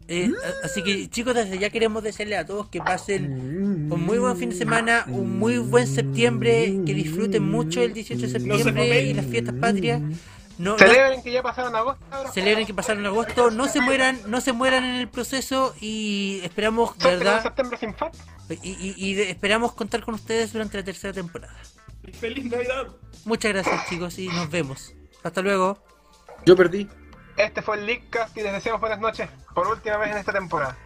[SPEAKER 2] Eh, a- así que chicos, desde ya queremos desearle a todos que pasen un muy buen fin de semana, un muy buen septiembre, que disfruten mucho el 18 de
[SPEAKER 5] No se
[SPEAKER 2] septiembre
[SPEAKER 5] papeen.
[SPEAKER 2] y las fiestas patrias. No, no-
[SPEAKER 4] Celebren que ya pasaron agosto. cabros.
[SPEAKER 2] celebren que pasaron agosto, no se mueran, no se mueran en el proceso y esperamos, de
[SPEAKER 4] Suerte con
[SPEAKER 2] verdad,
[SPEAKER 4] septiembre sin fat.
[SPEAKER 2] y, y- y de- esperamos contar con ustedes durante la tercera temporada.
[SPEAKER 5] Feliz Navidad.
[SPEAKER 2] Muchas gracias chicos y nos vemos. Hasta luego.
[SPEAKER 3] Yo perdí.
[SPEAKER 4] Este fue el Leakcast y les deseamos buenas noches por última vez en esta temporada.